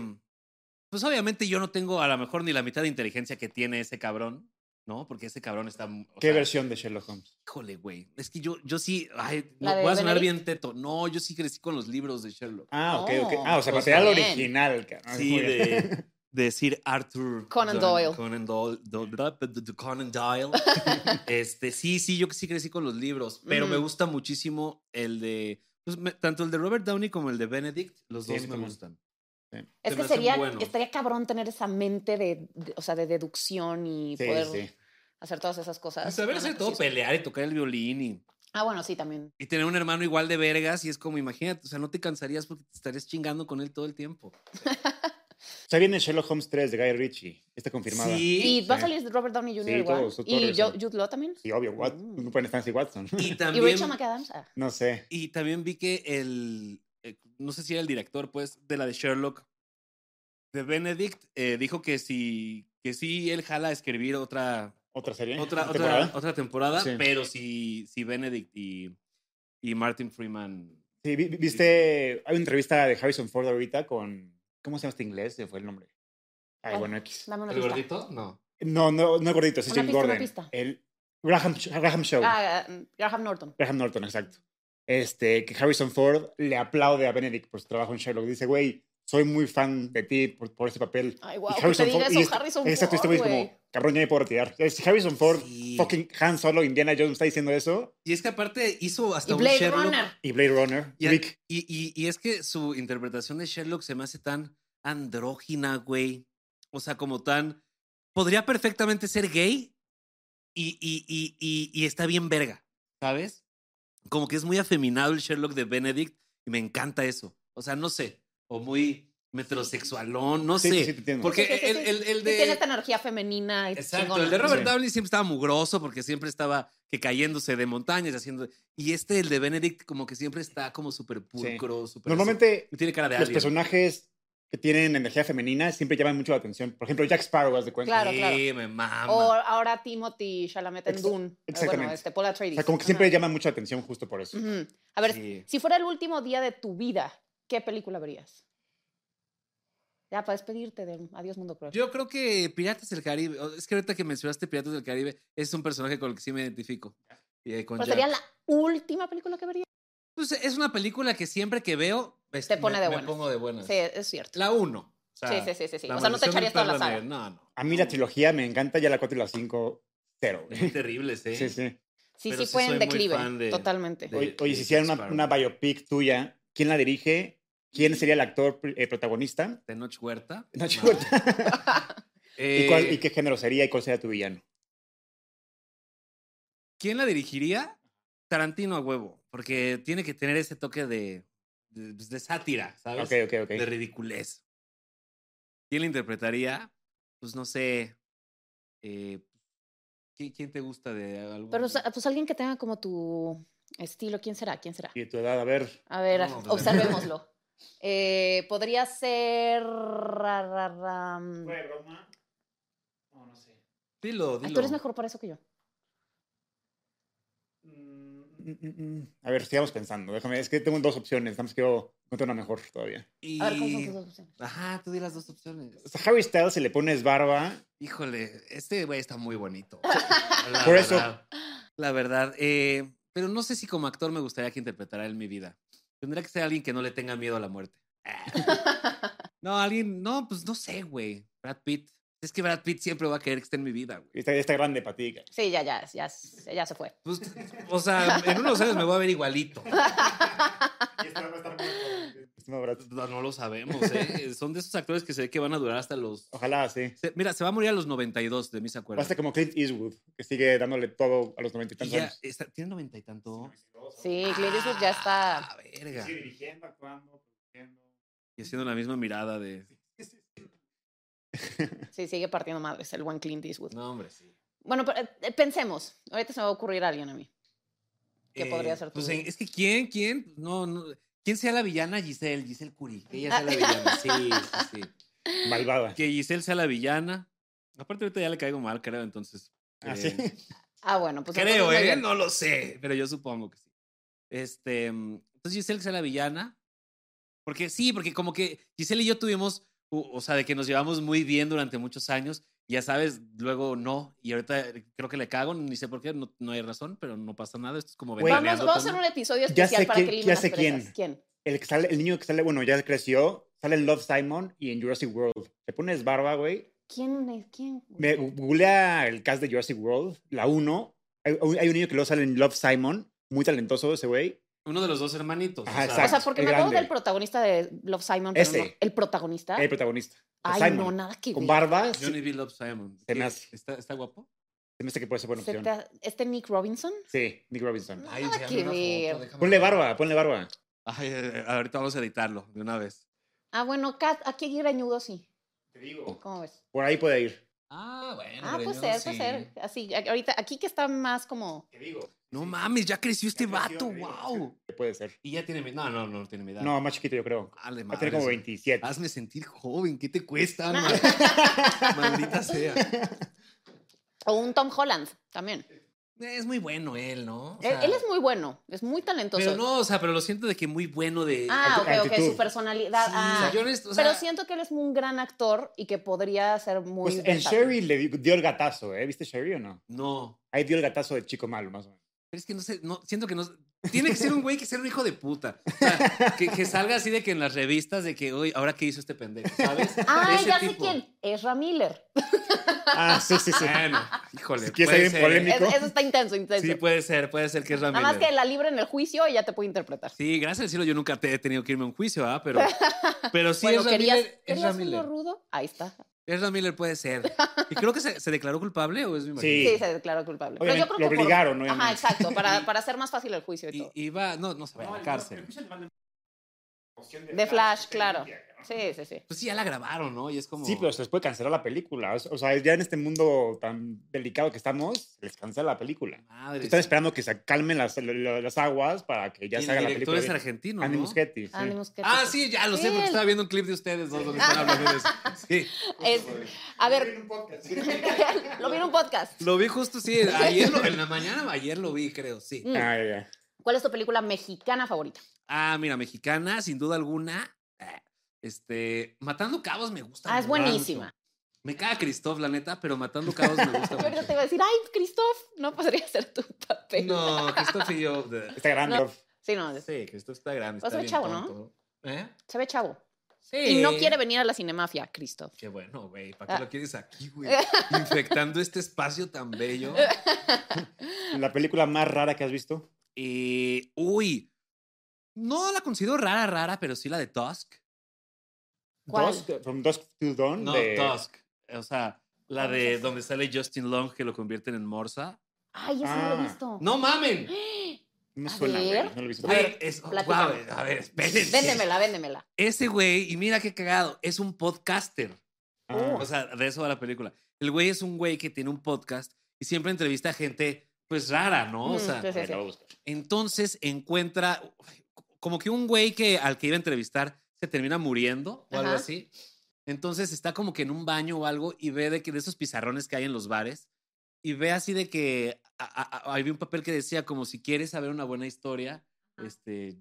Speaker 3: pues obviamente yo no tengo a lo mejor ni la mitad de inteligencia que tiene ese cabrón, ¿no? Porque ese cabrón está... o
Speaker 1: ¿Qué
Speaker 3: sea,
Speaker 1: versión de Sherlock Holmes?
Speaker 3: Híjole, güey. Es que yo, yo sí... Ay,
Speaker 2: ¿La
Speaker 3: no,
Speaker 2: de
Speaker 3: voy a sonar
Speaker 2: Benedict?
Speaker 3: bien teto. No, yo sí crecí con los libros de Sherlock.
Speaker 1: Ah, ok, ok.
Speaker 2: No,
Speaker 1: Ah, o sea,
Speaker 3: pues
Speaker 1: material
Speaker 2: bien.
Speaker 1: original. cabrón.
Speaker 3: Sí,
Speaker 1: Muy bien.
Speaker 3: de, de Sir Arthur
Speaker 2: Conan
Speaker 3: Don-
Speaker 2: Doyle.
Speaker 3: Conan Doyle. Do- do- do- do- Conan Doyle. Este, sí, sí, yo sí crecí con los libros, pero me
Speaker 2: Ujú.
Speaker 3: gusta muchísimo el de. pues, me- tanto el de Robert Downey como el de Benedict, los
Speaker 1: Sí, a
Speaker 3: dos
Speaker 1: mí
Speaker 3: me
Speaker 1: también.
Speaker 3: gustan.
Speaker 2: Es
Speaker 3: Se
Speaker 2: que
Speaker 3: me hacen
Speaker 2: sería,
Speaker 3: buenos.
Speaker 2: estaría cabrón tener esa mente de, de- o sea, de deducción y
Speaker 1: Sí,
Speaker 2: poder
Speaker 1: sí.
Speaker 2: hacer todas esas cosas.
Speaker 3: Saber Pues, hacer
Speaker 2: Ajá,
Speaker 3: todo,
Speaker 2: sí.
Speaker 3: pelear y tocar el violín y,
Speaker 2: Ah, bueno, sí, también.
Speaker 3: y tener un hermano igual de vergas. Y es como, imagínate, o sea, no te cansarías porque te estarías chingando con él todo el tiempo.
Speaker 1: O sea, viene Sherlock Holmes 3 de Guy Ritchie. este Está confirmada. Sí.
Speaker 2: Y
Speaker 3: Sí.
Speaker 2: va a
Speaker 1: sí.
Speaker 2: salir Robert Downey Jr.
Speaker 1: Sí,
Speaker 2: igual.
Speaker 1: todos- todos
Speaker 2: y Jo-
Speaker 1: regresan.
Speaker 2: Jude Law también.
Speaker 1: obvio, what?
Speaker 2: Mm.
Speaker 1: No pueden estar así Watson.
Speaker 3: Y
Speaker 2: Y
Speaker 3: también.
Speaker 2: Rachel McAdams. Ah,
Speaker 1: No sé.
Speaker 3: Y también vi que el, eh, no sé si era el director, pues, de la de Sherlock, de Benedict, eh, dijo que si, que sí, él jala a escribir otra,
Speaker 1: ¿Otra serie?
Speaker 3: otra, otra
Speaker 1: temporada?
Speaker 3: temporada, otra temporada
Speaker 1: Sí.
Speaker 3: pero si, si Benedict y, y Martin Freeman.
Speaker 1: Sí, vi- vi- viste, hay una entrevista de Harrison Ford ahorita con, ¿cómo se llama este inglés? Se fue el nombre. Ay,
Speaker 2: ¿Cuál?
Speaker 1: bueno, X.
Speaker 2: dame una pista.
Speaker 3: No.
Speaker 1: No, no, no es gordito, ese es
Speaker 2: Una
Speaker 1: Jim
Speaker 2: pista, una
Speaker 1: Gordon.
Speaker 2: pista.
Speaker 1: El Graham, Graham Show.
Speaker 2: Ah, mm, Graham Norton.
Speaker 1: Graham Norton, exacto. Este, que Harrison Ford le aplaude a Benedict por su trabajo en Sherlock. Dice, güey, soy muy fan de ti por, por ese papel.
Speaker 2: Ay, wow.
Speaker 1: y
Speaker 2: Que te diga
Speaker 1: Ford-
Speaker 2: eso,
Speaker 1: y este-
Speaker 2: Harrison
Speaker 1: Exacto, este
Speaker 2: Ford,
Speaker 1: güey es
Speaker 2: güey.
Speaker 1: como, cabrón, ya me puedo retirar. Es Harrison Ford,
Speaker 3: Sí.
Speaker 1: fucking Han Solo, Indiana Jones, me está diciendo eso.
Speaker 3: Y es que aparte hizo hasta
Speaker 2: Y
Speaker 3: un
Speaker 2: Blade
Speaker 3: Sherlock.
Speaker 2: Runner.
Speaker 1: Y Blade Runner,
Speaker 3: Y,
Speaker 1: Rick.
Speaker 3: y- y- y es que su interpretación de Sherlock se me hace tan andrógina, güey. O sea, como tan. Podría perfectamente ser gay y, y- y- y- y está bien verga, ¿sabes? Como que es muy afeminado el Sherlock de Benedict y me encanta eso. O sea, no sé. O muy metrosexualón, no
Speaker 1: Sí,
Speaker 3: sé.
Speaker 1: sí, sí, te entiendo.
Speaker 3: Porque
Speaker 2: Sí, sí, sí,
Speaker 3: el,
Speaker 2: sí.
Speaker 3: el- el
Speaker 2: Sí,
Speaker 3: de.
Speaker 2: tiene esta energía femenina. y
Speaker 3: Exacto,
Speaker 2: chingona.
Speaker 3: el de Robert
Speaker 1: Sí.
Speaker 3: Downey siempre estaba mugroso porque siempre estaba que cayéndose de montañas haciendo y este el de Benedict como que siempre está como súper pulcro, súper
Speaker 1: Normalmente
Speaker 3: así. tiene cara de
Speaker 1: los
Speaker 3: alien.
Speaker 1: personajes que tienen energía femenina siempre llaman mucho la atención. Por ejemplo, Jack Sparrow, haz de cuenta.
Speaker 2: Claro,
Speaker 3: Sí,
Speaker 2: claro.
Speaker 3: me mama.
Speaker 2: O ahora Timothy Chalamet en
Speaker 1: Exa-
Speaker 2: Dune. Eh, Bueno,
Speaker 1: exactamente.
Speaker 2: este, Paul
Speaker 1: O
Speaker 2: Atreides.
Speaker 1: sea, como que
Speaker 2: Ajá.
Speaker 1: siempre llaman mucho la atención justo por eso.
Speaker 2: Ujú. A ver,
Speaker 3: Sí.
Speaker 2: si fuera el último día de tu vida, ¿qué película verías? Ya, para despedirte de Adiós Mundo Cruel.
Speaker 3: Yo creo que Piratas del Caribe, o- es que ahorita que mencionaste Piratas del Caribe, es un personaje con el que sí me identifico. Y, eh, con
Speaker 2: Pero
Speaker 3: Jack.
Speaker 2: sería la última película que verías.
Speaker 3: Pues, es una película que siempre que veo es-
Speaker 2: Te pone
Speaker 3: me-
Speaker 2: de
Speaker 3: me
Speaker 2: buenas.
Speaker 3: pongo de buenas.
Speaker 2: Sí, es cierto.
Speaker 3: La uno. O sea,
Speaker 2: sí, sí, sí, sí. sí.
Speaker 3: La
Speaker 2: O sea, no te
Speaker 3: maldición del
Speaker 2: echarías toda la
Speaker 3: perro
Speaker 2: saga.
Speaker 3: negro. No, no.
Speaker 1: A mí la trilogía me encanta, ya la 4 y la 5, cero. güey.
Speaker 3: Es terrible, sí.
Speaker 1: Sí, sí.
Speaker 2: Sí,
Speaker 3: Pero
Speaker 2: sí,
Speaker 3: sí
Speaker 2: fue
Speaker 3: soy
Speaker 2: en
Speaker 3: muy
Speaker 2: declive.
Speaker 3: fan de-
Speaker 2: Totalmente.
Speaker 3: de-
Speaker 1: Oye, oye, si
Speaker 3: Jack
Speaker 1: hicieran una,
Speaker 3: Sparrow.
Speaker 1: una biopic tuya, ¿quién la dirige? ¿Quién sería el actor pr- eh, protagonista?
Speaker 3: De Noche Huerta. Eh,
Speaker 1: Nacho
Speaker 3: Madre.
Speaker 1: Huerta. ¿Y, cuál- y qué género sería y cuál sería tu villano?
Speaker 3: ¿Quién la dirigiría? Tarantino a huevo, porque tiene que tener ese toque de, de, pues, de sátira, ¿sabes?
Speaker 1: Ok, ok, ok.
Speaker 3: De ridiculez. ¿Quién la interpretaría? Pues no sé. eh, ¿qui- ¿Quién te gusta de algo?
Speaker 2: Pero o sea, pues alguien que tenga como tu estilo, ¿quién será? ¿Quién será?
Speaker 1: Y tu edad, a ver.
Speaker 2: A ver,
Speaker 3: No, pues, de-
Speaker 2: observémoslo. Eh, podría ser. ra, ra, ra, mm.
Speaker 1: Roma? No, no sé.
Speaker 3: Dilo, dilo.
Speaker 2: Ay, tú eres mejor para eso que yo.
Speaker 1: Mm, A ver, sigamos pensando. Déjame, es que tengo dos opciones. Nada más quiero encontrar una mejor todavía.
Speaker 3: Y-
Speaker 2: A ver, ¿cuáles son tus dos opciones?
Speaker 3: Ajá, tú di las dos opciones.
Speaker 1: O sea, Harry Styles, si le pones barba,
Speaker 3: Híjole, este güey está muy bonito. La
Speaker 1: Por eso.
Speaker 3: verdad. La verdad. eh, pero no sé si como actor me gustaría que interpretara él mi vida. Tendría que ser alguien que no le tenga miedo a la muerte. no, alguien. No, pues no sé, güey. Brad Pitt. Es que Brad Pitt siempre va a querer que esté en mi vida, güey.
Speaker 1: está, está grande para ti.
Speaker 2: Sí, ya, ya, ya, se- ya se fue.
Speaker 3: Pues, o sea, en unos años me voy a ver igualito.
Speaker 1: Estimado Brad.
Speaker 3: No, no lo sabemos, ¿eh? Son de esos actores que se ve que van a durar hasta los.
Speaker 1: Ojalá, sí.
Speaker 3: se- Mira, se va a morir a los 92, de mis acuerdos.
Speaker 1: Basta como Clint Eastwood, que sigue dándole todo a los noventa y
Speaker 3: Y
Speaker 1: tantos
Speaker 3: ya
Speaker 1: años.
Speaker 3: está- tiene noventa y tanto.
Speaker 2: Sí, Clint Eastwood ya está.
Speaker 3: Ah, verga.
Speaker 1: dirigiendo, actuando, produciendo.
Speaker 3: Y haciendo la misma mirada de.
Speaker 2: Sí, sigue partiendo madres, el buen Clint Eastwood.
Speaker 3: No, hombre, sí.
Speaker 2: Bueno, pero, eh, pensemos. Ahorita se me va a ocurrir alguien a mí. ¿Qué podría ser
Speaker 3: Pues
Speaker 2: tú?
Speaker 3: en- es que quién, quién, Pues, no, no. ¿Quién sea la villana? Giselle, Giselle Curie. Que ella sea la villana. Sí, sí, sí.
Speaker 1: Malvada.
Speaker 3: Que Giselle sea la villana. Aparte, ahorita ya le caigo mal, creo, entonces.
Speaker 1: Ah,
Speaker 3: eh,
Speaker 1: sí.
Speaker 2: Ah, bueno, pues.
Speaker 3: creo,
Speaker 2: entonces, muy
Speaker 3: ¿eh?
Speaker 2: bien.
Speaker 3: No lo sé, pero yo supongo que sí. Este, mm, entonces Giselle que sea la villana. Porque sí, porque como que Giselle y yo tuvimos, u- o sea, de que nos llevamos muy bien durante muchos años. y Ya sabes, luego no. Y ahorita eh, creo que le cago, ni sé por qué, no, no hay razón, pero no pasa nada. Esto es como
Speaker 1: Güey,
Speaker 2: Vamos,
Speaker 3: ventaneando
Speaker 2: vamos a hacer
Speaker 3: también.
Speaker 2: un episodio
Speaker 1: Ya
Speaker 2: especial
Speaker 1: sé
Speaker 2: para
Speaker 1: quién-
Speaker 2: que
Speaker 1: ya
Speaker 2: elimines
Speaker 1: sé
Speaker 2: perezas. ¿Quién?
Speaker 1: El, que sale, el niño que sale, bueno, ya creció, sale en Love Simon y en Jurassic World. Te pones barba, güey.
Speaker 2: ¿Quién es quién? güey?
Speaker 1: Me googlea el cast de Jurassic World, la 1. Hay, hay un niño que luego sale en Love Simon, muy talentoso ese güey.
Speaker 3: Uno de los dos hermanitos.
Speaker 1: Ajá,
Speaker 2: O sea,
Speaker 1: exacto.
Speaker 2: porque
Speaker 1: el
Speaker 2: me acuerdo
Speaker 1: grande.
Speaker 2: del protagonista de Love Simon. Pero
Speaker 1: Ese.
Speaker 2: no, el protagonista.
Speaker 1: Este. El protagonista.
Speaker 2: ¿Ah? Ay,
Speaker 1: Simon.
Speaker 2: no, nada que
Speaker 1: Con
Speaker 2: ver.
Speaker 1: barba, sí,
Speaker 3: Johnny B. Love Simon.
Speaker 1: Se me
Speaker 3: ¿Qué?
Speaker 1: hace.
Speaker 3: ¿Está, está guapo?
Speaker 1: se me hace que puede ser buena
Speaker 2: Se
Speaker 1: opción.
Speaker 2: te ha- ¿Este Nick Robinson?
Speaker 1: Sí, Nick Robinson.
Speaker 3: Ah,
Speaker 2: Nada que ver.
Speaker 3: déjame
Speaker 1: Ponle
Speaker 3: ver.
Speaker 1: barba, ponle barba.
Speaker 3: Ay, eh, eh, ahorita vamos a editarlo de una vez.
Speaker 2: Ah, bueno, Kat, aquí greñudo sí.
Speaker 1: Te digo.
Speaker 2: ¿Cómo ves?
Speaker 1: Por ahí puede ir.
Speaker 3: Ah, bueno.
Speaker 2: Ah, puede ser, puede ser. Así, a- ahorita, aquí que está más como.
Speaker 1: Te digo.
Speaker 3: No mames, ya creció este vato,
Speaker 1: creció, te digo,
Speaker 3: wow.
Speaker 1: Puede ser.
Speaker 3: Y ya tiene mi No, no, no tiene mi edad.
Speaker 1: No, más chiquito, yo creo.
Speaker 3: Dale,
Speaker 1: Va a tener como
Speaker 3: madres.
Speaker 1: 27.
Speaker 3: Hazme sentir joven, ¿qué te cuesta?
Speaker 2: No.
Speaker 3: ma- Maldita sea.
Speaker 2: O un Tom Holland también.
Speaker 3: Es muy bueno él, ¿no? O
Speaker 2: Él-
Speaker 3: sea,
Speaker 2: él, es muy bueno, es muy talentoso.
Speaker 3: Pero no, o sea, pero lo siento de que muy bueno de.
Speaker 2: ah, ok, ok,
Speaker 1: actitud.
Speaker 2: su personalidad.
Speaker 3: Sí,
Speaker 2: ah.
Speaker 3: o sea, yo honest- o sea,
Speaker 2: pero siento que él es un gran actor y que podría ser muy.
Speaker 1: Pues en
Speaker 2: versátil.
Speaker 1: Sherry le di- dio el gatazo, ¿eh? ¿Viste Sherry o no?
Speaker 3: No.
Speaker 1: Ahí dio el gatazo de chico malo, más o menos.
Speaker 3: Pero es que no sé, no, siento que no. Tiene que ser un güey que sea un hijo de puta. O sea, que, que salga así de que en las revistas de que, hoy ahora qué hizo este pendejo, ¿sabes?
Speaker 2: Ah,
Speaker 3: Ese
Speaker 2: ya sé
Speaker 3: tipo.
Speaker 2: quién. Ezra Miller.
Speaker 1: Ah, sí, sí, sí.
Speaker 3: Bueno, híjole.
Speaker 1: Si quieres
Speaker 3: puede
Speaker 1: alguien
Speaker 3: ser, ¿eh?
Speaker 1: polémico.
Speaker 2: Es- eso está intenso, intenso.
Speaker 3: Sí, puede ser, puede ser que es Ramírez.
Speaker 2: Nada más que la libre en el juicio y ya te puede interpretar.
Speaker 3: Sí, gracias al cielo yo nunca te he tenido que irme a un juicio, ¿ah? Pero, pero sí,
Speaker 2: bueno,
Speaker 3: Ezra
Speaker 2: querías,
Speaker 3: Miller, Ezra
Speaker 2: querías uno
Speaker 3: Miller.
Speaker 2: rudo. Ahí está.
Speaker 3: Ezra Miller puade ser. Y creo que se, se declaró culpable o es mi
Speaker 1: Sí.
Speaker 2: Sí, se declaró culpable. Pero
Speaker 1: Obviamente,
Speaker 2: yo creo
Speaker 1: lo
Speaker 2: que por-
Speaker 1: obligaron,
Speaker 2: Ajá,
Speaker 1: obviamente.
Speaker 2: exacto, para, para hacer más fácil el juicio y,
Speaker 3: Y,
Speaker 2: todo.
Speaker 3: y va, no, no se va a la cárcel.
Speaker 2: De Flash, claro. Sí, sí, sí.
Speaker 3: Pues sí, ya la grabaron, ¿no? Y es como.
Speaker 1: Sí, pero se les puede cancelar la película. O sea, ya en este mundo tan delicado que estamos, se les cancela la película.
Speaker 3: Madre.
Speaker 1: Están esperando que se calmen las, lo- las aguas para que ya
Speaker 3: Y
Speaker 1: se haga
Speaker 3: el
Speaker 1: la
Speaker 3: director
Speaker 1: película.
Speaker 3: es
Speaker 1: bien.
Speaker 3: argentino,
Speaker 1: Andy
Speaker 3: ¿no?
Speaker 1: Muschietti, sí.
Speaker 2: Andy Muschietti.
Speaker 3: Ah, sí, ya lo sé, porque
Speaker 2: Él.
Speaker 3: estaba viendo un clip de ustedes dos donde están hablando de eso. Sí.
Speaker 2: Es- a ver,
Speaker 1: Ah,
Speaker 2: lo vi en un podcast.
Speaker 3: Lo vi justo, sí, ayer, lo- en la mañana, ayer lo vi, creo, sí.
Speaker 2: Mm.
Speaker 1: Ah, ya, ya.
Speaker 2: ¿Cuál es tu película mexicana favorita?
Speaker 3: Ah, mira, mexicana, sin duda alguna. eh, Este, Matando Cabos me gusta.
Speaker 2: Ah, es
Speaker 3: mucho.
Speaker 2: buenísima.
Speaker 3: Me caga Christoph, la neta, pero Matando Cabos me gusta
Speaker 2: Yo ahorita te
Speaker 3: mucho.
Speaker 2: iba a decir, ay, Christoph, no podría ser tu papel.
Speaker 3: No, Christoph y yo. de-
Speaker 1: Está grande.
Speaker 2: No. Sí, no,
Speaker 3: Sí, Christoph está grande.
Speaker 2: Pues
Speaker 3: Está
Speaker 2: el
Speaker 3: bien
Speaker 2: chavo, ¿no?
Speaker 3: tonto. ¿Eh?
Speaker 2: se ve chavo.
Speaker 3: Sí.
Speaker 2: Y no quiere venir a la cinemafia, Christoph.
Speaker 3: Qué bueno, güey. ¿Para qué
Speaker 2: Ah.
Speaker 3: lo quieres aquí, güey? Infectando este espacio tan bello.
Speaker 1: La película más rara que has visto.
Speaker 3: Y. Uy. No la considero rara, rara, pero sí la de Tusk.
Speaker 2: ¿Cuál?
Speaker 1: Dusk, From Dusk to Dawn.
Speaker 3: No,
Speaker 1: de-
Speaker 3: Tusk. O sea, la
Speaker 2: ¿Cómo
Speaker 3: de
Speaker 2: es?
Speaker 3: donde sale Justin Long que lo convierten en Morsa.
Speaker 2: Ay, eso no lo
Speaker 1: Ah.
Speaker 2: he visto.
Speaker 3: ¡No mamen!
Speaker 1: No me
Speaker 2: A
Speaker 1: suena, güey,
Speaker 2: ver.
Speaker 1: No lo he visto.
Speaker 3: Güey, es.
Speaker 2: platícame.
Speaker 3: guau, a ver, espérense.
Speaker 2: Véndemela, véndemela.
Speaker 3: Ese güey, y mira qué cagado, es un podcaster.
Speaker 1: Ah.
Speaker 2: pues,
Speaker 3: O sea, de eso va la película. El güey es un güey que tiene un podcast y siempre entrevista a gente, pues rara, ¿no? O
Speaker 2: Mm,
Speaker 3: sea,
Speaker 2: sí, sí,
Speaker 1: Ay,
Speaker 2: sí.
Speaker 1: la voy a buscar.
Speaker 3: entonces encuentra como que un güey que al que iba a entrevistar se termina muriendo o algo
Speaker 2: Ajá.
Speaker 3: así. Entonces está como que en un baño o algo y ve de que de esos pizarrones que hay en los bares y ve así de que a- a- a- había un papel que decía como si quieres saber una buena historia,
Speaker 2: Ajá.
Speaker 3: este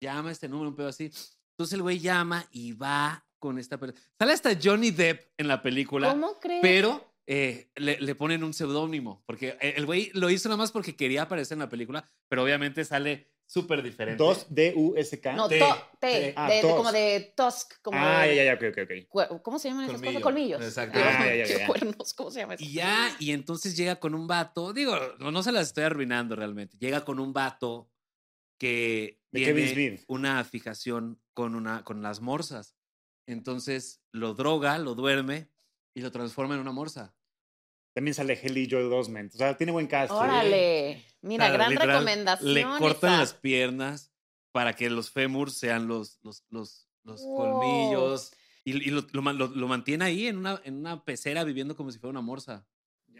Speaker 3: llama a este número un pedo así. Entonces el güey llama y va con esta persona. Sale hasta Johnny Depp en la película
Speaker 2: ¿Cómo crees?
Speaker 3: pero eh, le, le ponen un seudónimo, porque e, el el güey lo hizo nada más porque quería aparecer en la película, pero obviamente sale súper diferente.
Speaker 1: Dos D-U-S-K.
Speaker 2: no,
Speaker 3: te-
Speaker 2: to- te,
Speaker 3: te-
Speaker 1: ah,
Speaker 2: de- de-
Speaker 1: tos.
Speaker 2: como de Tusk, como
Speaker 1: Ah,
Speaker 2: de-
Speaker 1: ya, ya, ok, ok, ok.
Speaker 2: cue- ¿Cómo se llaman esas cosas?
Speaker 3: Colmillo,
Speaker 2: Colmillos.
Speaker 3: exacto.
Speaker 1: Ah, ya, ya, ya, ya.
Speaker 2: Cuernos, ¿cómo se llama eso?
Speaker 3: Y ya, y entonces llega con un vato, digo, no, no se las estoy arruinando realmente, llega con un vato que
Speaker 1: De Kevin
Speaker 3: tiene
Speaker 1: Smith.
Speaker 3: una fijación con, una, con las morsas. Entonces lo droga, lo duerme y lo transforma en una morsa.
Speaker 1: También sale Haley Joel Osment. O sea, tiene buen cast. ¿eh?
Speaker 2: Órale. Mira,
Speaker 3: O sea,
Speaker 2: gran
Speaker 3: literal,
Speaker 2: recomendación.
Speaker 3: Le cortan
Speaker 2: esa.
Speaker 3: las piernas para que los fémurs sean los, los, los, los
Speaker 2: Wow.
Speaker 3: colmillos. Y, y lo, lo man- lo- lo mantiene ahí en una, en una pecera viviendo como si fuera una morsa.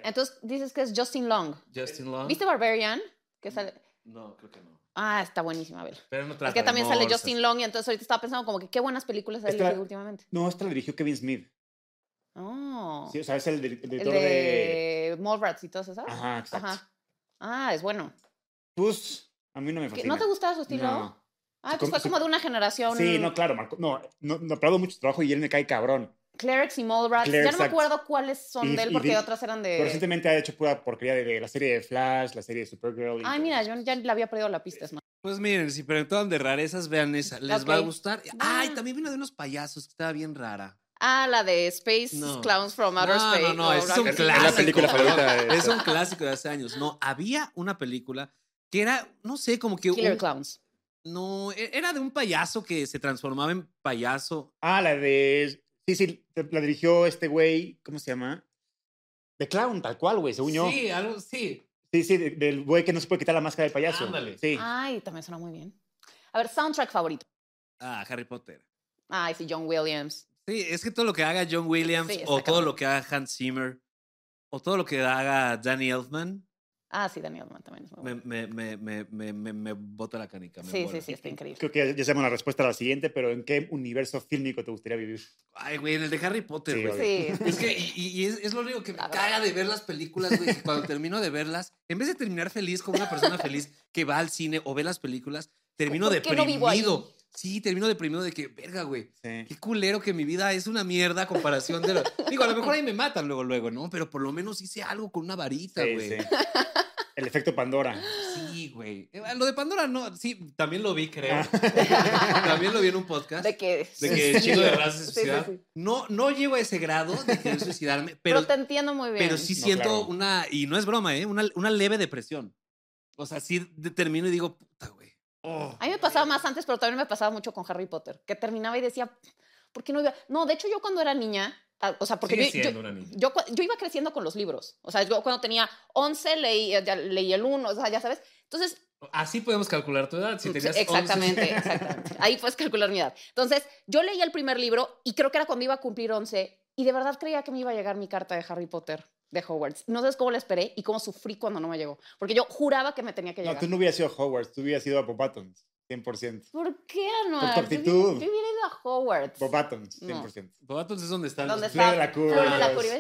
Speaker 2: Entonces dices que es Justin Long.
Speaker 3: Justin Long.
Speaker 2: ¿Viste Barbarian? Que sale...
Speaker 3: No, creo que no.
Speaker 2: Ah, está buenísima, Abel.
Speaker 3: Pero no
Speaker 2: Es
Speaker 3: trata
Speaker 2: que
Speaker 3: de
Speaker 2: también sale
Speaker 3: morsas.
Speaker 2: Justin Long y entonces ahorita estaba pensando como que qué buenas películas ha
Speaker 1: Esta-
Speaker 2: dirigido últimamente.
Speaker 1: No, esta la dirigió Kevin Smith.
Speaker 2: Oh.
Speaker 1: Sí, o sea, es el dir- el
Speaker 2: el
Speaker 1: director de...
Speaker 2: de Mallrats y todas esas.
Speaker 1: Ajá, exacto.
Speaker 2: Ajá. Ah, es bueno.
Speaker 1: Pues, a mí no me
Speaker 2: ¿Qué-
Speaker 1: fascina.
Speaker 2: ¿No te gustaba su estilo?
Speaker 1: No.
Speaker 2: Ah, pues
Speaker 1: Su-
Speaker 2: fue
Speaker 1: su-
Speaker 2: como de una generación.
Speaker 1: Sí, no, claro, Marco. No, no, no, aplaudo mucho su trabajo y él me cae cabrón.
Speaker 2: Clerics y Mallrats.
Speaker 1: Clerics,
Speaker 2: ya no me
Speaker 1: exacto.
Speaker 2: acuerdo cuáles son
Speaker 1: Y-
Speaker 2: de él
Speaker 1: y
Speaker 2: porque
Speaker 1: di-
Speaker 2: otras eran de.
Speaker 1: Pero recientemente ha hecho pura porquería de, de la serie de Flash, la serie de Supergirl. y
Speaker 2: Ay,
Speaker 1: todo.
Speaker 2: mira, yo ya le había perdido la pista. Es más.
Speaker 3: Pues miren, si preguntaban de rarezas, vean esa. Les va a
Speaker 2: Mm, Ok.
Speaker 3: gustar. Ay,
Speaker 2: Ah.
Speaker 3: también vino de unos payasos que estaba bien rara.
Speaker 2: Ah, la de Space
Speaker 3: No.
Speaker 2: Clowns from Outer
Speaker 3: No, no,
Speaker 2: Space.
Speaker 3: no, es
Speaker 2: bla,
Speaker 3: un
Speaker 2: bla,
Speaker 1: Es
Speaker 2: bla.
Speaker 1: la película
Speaker 3: clásico.
Speaker 1: favorita de...
Speaker 3: Es un clásico de hace años. No, había una película que era, no sé, como que...
Speaker 2: Killer
Speaker 3: un-
Speaker 2: Clowns.
Speaker 3: No, e- era de un payaso que se transformaba en payaso.
Speaker 1: Ah, la de... Sí, sí, la dirigió este güey, ¿cómo se llama? The Clown, tal cual, güey, según yo.
Speaker 3: Sí, algo sí.
Speaker 1: Sí, sí, de- del güey que no se puede quitar la máscara del payaso.
Speaker 3: Ándale.
Speaker 1: Sí.
Speaker 2: Ay, también suena muy bien. A ver, soundtrack favorito.
Speaker 3: Ah, Harry Potter.
Speaker 2: Ay, sí, John Williams.
Speaker 3: Sí, es que todo lo que haga John Williams
Speaker 2: Sí, está
Speaker 3: o todo
Speaker 2: cabrón.
Speaker 3: lo que haga Hans Zimmer o todo lo que haga Danny Elfman
Speaker 2: Ah, sí, Daniel Mann también es muy
Speaker 3: me,
Speaker 2: bueno.
Speaker 3: me, me, me, me, me- me bota la canica. me
Speaker 2: Sí,
Speaker 3: vuela.
Speaker 2: sí, sí, está increíble.
Speaker 1: Creo que ya- ya sabemos la respuesta a la siguiente, pero ¿en qué universo fílmico te gustaría vivir?
Speaker 3: Ay, güey, en el de Harry Potter,
Speaker 1: Sí,
Speaker 3: güey.
Speaker 1: obvio.
Speaker 2: Sí,
Speaker 3: Es que, y, y es, es lo único que me
Speaker 2: La verdad.
Speaker 3: caga de ver las películas, güey, que cuando termino de verlas, en vez de terminar feliz como una persona feliz que va al cine o ve las películas, termino
Speaker 2: ¿Por qué no vivo ahí?
Speaker 3: deprimido. sí, termino deprimido de que, verga, güey,
Speaker 1: Sí.
Speaker 3: qué culero que mi vida es una mierda a comparación de lo... Digo, a lo mejor ahí me matan luego, luego, ¿no? Pero por lo menos hice algo con una varita,
Speaker 1: Sí,
Speaker 3: güey.
Speaker 1: sí. El efecto Pandora.
Speaker 3: Sí, güey. Eh, Lo de Pandora, no, sí, también lo vi, creo.
Speaker 1: Ah.
Speaker 3: también lo vi en un podcast.
Speaker 2: de que.
Speaker 3: De que el chico de raza se
Speaker 2: Sí, sí,
Speaker 3: suicida.
Speaker 2: sí.
Speaker 3: No, no llego a ese grado de querer suicidarme,
Speaker 2: Pero,
Speaker 3: pero,
Speaker 2: te entiendo muy bien.
Speaker 3: pero sí
Speaker 1: No,
Speaker 3: siento
Speaker 1: claro.
Speaker 3: una, y no es broma, ¿eh? una, una leve depresión. O sea, sí de- termino y digo, puta, güey. Oh.
Speaker 2: A mí me pasaba más antes, pero también me pasaba mucho con Harry Potter, que terminaba y decía, ¿por qué no iba? No, de hecho yo cuando era niña, ah, o sea, porque
Speaker 3: Sigue
Speaker 2: yo- yo,
Speaker 3: siendo una niña.
Speaker 2: yo, cu- yo iba creciendo con los libros. O sea, yo cuando tenía 11 leí, eh, ya leí el 1, o sea, ya sabes. Entonces,
Speaker 3: Así podemos calcular tu edad. Si
Speaker 2: Sí,
Speaker 3: tenías 11.
Speaker 2: exactamente, exactamente. Ahí puedes calcular mi edad. Entonces, yo leía el primer libro y creo que era cuando iba a cumplir 11 y de verdad creía que me iba a llegar mi carta de Harry Potter de Hogwarts. No sabes cómo la esperé y cómo sufrí cuando no me llegó, porque yo juraba que me tenía que
Speaker 1: No,
Speaker 2: llegar.
Speaker 1: tú no hubieras sido Hogwarts, tú hubieras sido a Bobatons, 100%.
Speaker 2: ¿Por qué, Anuar? Yo hubiera-
Speaker 1: actitud.
Speaker 2: Yo hubiera ido a Hogwarts.
Speaker 1: Bobatons,
Speaker 2: No.
Speaker 1: 100%.
Speaker 3: Entonces, ¿dónde están?
Speaker 2: ¿Dónde
Speaker 1: Flor
Speaker 2: está?
Speaker 1: de la Curia,
Speaker 2: Flor de la
Speaker 1: los-
Speaker 2: Curia.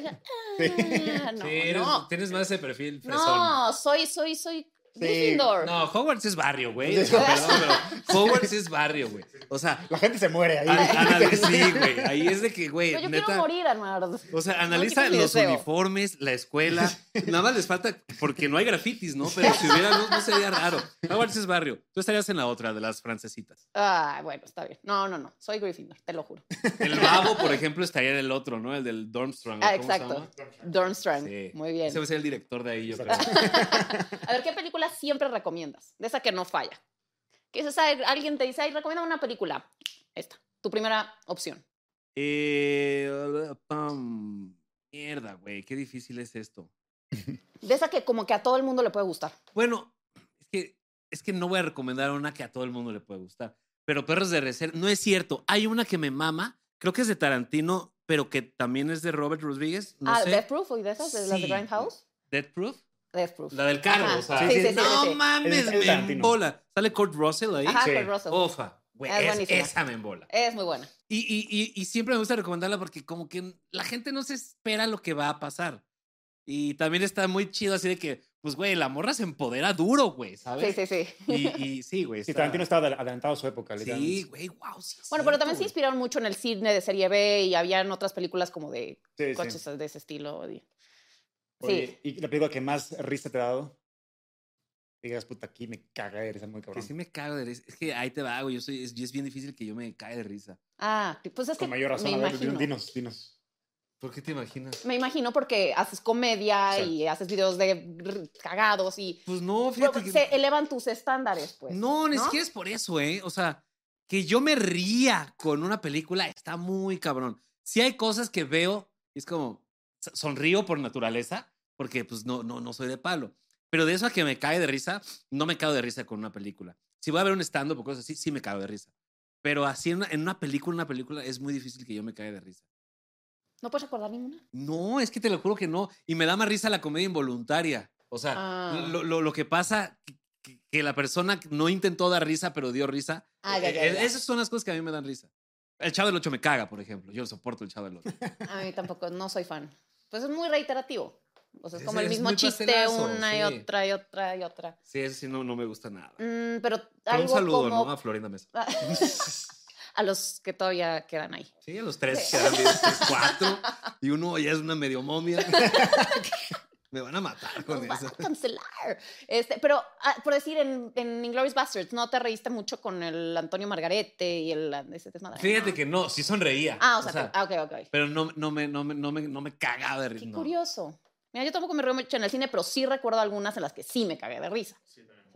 Speaker 2: Y yo, ah, no, no.
Speaker 3: no. Tienes más ese perfil fresón.
Speaker 2: No, soy, soy, soy Gryffindor.
Speaker 3: No, Hogwarts es barrio, güey.
Speaker 1: Sí.
Speaker 3: Perdón, pero Hogwarts es barrio, güey. O sea,
Speaker 1: La gente se muere ahí.
Speaker 3: a- ándale, sí, güey. Ahí es de que, güey,
Speaker 2: Pero yo
Speaker 3: neta.
Speaker 2: quiero morir, Anuar.
Speaker 3: O
Speaker 2: ese
Speaker 3: sea, analiza
Speaker 2: es mi
Speaker 3: los
Speaker 2: deseo.
Speaker 3: uniformes, la escuela. Nada más les falta, porque no hay grafitis, ¿no? Pero si hubiera, no, no sería raro. Hogwarts es barrio. Tú estarías en la otra de las francesitas.
Speaker 2: Ah, bueno, está bien. No, no, no. Soy Gryffindor, te lo juro.
Speaker 3: El babo, por ejemplo, estaría en el otro, ¿no? El del Dormstrong. ¿o
Speaker 2: Ah,
Speaker 3: cómo se
Speaker 2: exacto.
Speaker 3: llama?
Speaker 2: Dormstrang.
Speaker 3: Sí.
Speaker 2: Muy bien.
Speaker 3: Ese va a ser el director de ahí, yo creo.
Speaker 1: Exacto.
Speaker 2: A ver, ¿qué película siempre recomiendas? De esa que no falla. Que es esa, alguien te dice, ay, recomienda una película. Esta, tu primera opción.
Speaker 3: Eh, pam. Mierda, güey, qué difícil es esto.
Speaker 2: De esa que como que a todo el mundo le puede gustar.
Speaker 3: Bueno, es que, es que no voy a recomendar una que a todo el mundo le puede gustar. Pero Perros de Reserva, no es cierto. Hay una que me mama, creo que es de Tarantino, pero que también es de Robert Rodríguez. No
Speaker 2: ah,
Speaker 3: sé.
Speaker 2: Death Proof y de esas, de las de
Speaker 3: Sí.
Speaker 2: Grindhouse.
Speaker 3: Death Proof.
Speaker 2: Death Proof.
Speaker 3: La del carro,
Speaker 2: Ajá.
Speaker 3: o sea.
Speaker 1: Sí, sí, sí, sí,
Speaker 3: no
Speaker 2: sí.
Speaker 1: Es-
Speaker 3: mames,
Speaker 1: es
Speaker 3: me
Speaker 1: Tarantino.
Speaker 3: embola. Sale Kurt Russell ahí.
Speaker 2: Ajá,
Speaker 1: Sí.
Speaker 2: Kurt Russell.
Speaker 3: Ofa. güey,
Speaker 2: Es
Speaker 3: es-
Speaker 2: buenísima.
Speaker 3: esa me embola.
Speaker 2: Es muy buena.
Speaker 3: Y, y- y- y siempre me gusta recomendarla porque como que la gente no se espera lo que va a pasar. Y también está muy chido así de que, pues, güey, la morra se empodera duro, güey,
Speaker 2: Sí,
Speaker 3: ¿sabes?
Speaker 2: sí, sí.
Speaker 3: Y, y sí, güey.
Speaker 1: Sí,
Speaker 3: está-
Speaker 1: Tarantino estaba adel- adelantado a su época.
Speaker 3: Sí,
Speaker 1: literalmente.
Speaker 3: güey, wow. Sí, es
Speaker 2: Bueno, pero también se
Speaker 3: cierto,
Speaker 2: inspiraron mucho en el cine de serie B y habían otras películas como de
Speaker 1: Sí, sí.
Speaker 2: coches de ese estilo. y-
Speaker 1: Oye,
Speaker 2: sí.
Speaker 1: ¿Y la película que más risa te ha dado? Digas, puta, aquí me caga de risa muy
Speaker 3: güey. Que
Speaker 1: cabrón.
Speaker 3: sí me cago de risa. Es que ahí te va, güey. Yo soy, es, y es bien difícil que yo me caiga de risa.
Speaker 2: Ah, pues es que
Speaker 1: Con mayor razón.
Speaker 2: me
Speaker 1: A ver,
Speaker 2: imagino.
Speaker 1: dinos, dinos.
Speaker 3: ¿Por qué te imaginas?
Speaker 2: Me imagino porque haces comedia
Speaker 1: Exacto.
Speaker 2: y haces videos de r- cagados y
Speaker 3: Pues no, fíjate que...
Speaker 2: se elevan tus estándares, pues.
Speaker 3: no, ni
Speaker 2: ¿no?
Speaker 3: siquiera es por eso, ¿eh? O sea, que yo me ría con una película está muy cabrón. Si hay cosas que veo, y es como, s- sonrío por naturaleza, porque pues no, no, no soy de palo. Pero de eso a que me cae de risa, no me cago de risa con una película. Si voy a ver un stand-up o cosas así, sí me cago de risa. Pero así en una, en una película, una película, es muy difícil que yo me caiga de risa.
Speaker 2: ¿No puedes recordar ninguna?
Speaker 3: No, es que te lo juro que no. Y me da más risa la comedia involuntaria. O sea,
Speaker 2: Ah.
Speaker 3: lo, lo- lo que pasa, que- que, que la persona no intentó dar risa, pero dio risa.
Speaker 2: Ah, ya,
Speaker 3: Eh,
Speaker 2: ya,
Speaker 3: eh,
Speaker 2: ya.
Speaker 3: Esas son las cosas que a mí me dan risa. El Chavo del Ocho me caga, por ejemplo. Yo no soporto el Chavo del Ocho.
Speaker 2: A mí tampoco, no soy fan. Pues es muy reiterativo. O sea, es
Speaker 3: Es-
Speaker 2: como el
Speaker 3: es
Speaker 2: mismo
Speaker 3: muy
Speaker 2: chiste
Speaker 3: pastelazo,
Speaker 2: una y
Speaker 3: sí.
Speaker 2: otra y otra y otra.
Speaker 3: Sí, eso sí no, no me gusta nada.
Speaker 2: Mm, pero
Speaker 3: Pero
Speaker 2: algo
Speaker 3: un saludo,
Speaker 2: como
Speaker 3: ¿no? A Florinda Mesa.
Speaker 2: a los que todavía quedan ahí.
Speaker 3: Sí, a los tres
Speaker 2: Sí.
Speaker 3: quedan bien, tres, cuatro. Y uno ya es una medio momia. me van a matar con
Speaker 2: Nos van a
Speaker 3: Pues eso.
Speaker 2: cancelar. Este, pero ah, por decir, en, en Inglourious Bastards, ¿no te reíste mucho con el Antonio Margarete y el ese desmadre?
Speaker 3: Fíjate que no, sí sonreía.
Speaker 2: Ah, o sea, tú- ah, ok, ok.
Speaker 3: pero no, no, me, no, me, no, me, no me cagaba de risa.
Speaker 2: Qué
Speaker 3: no.
Speaker 2: curioso. Mira, yo tampoco me río mucho en el cine, pero sí recuerdo algunas en las que sí me cagué de risa.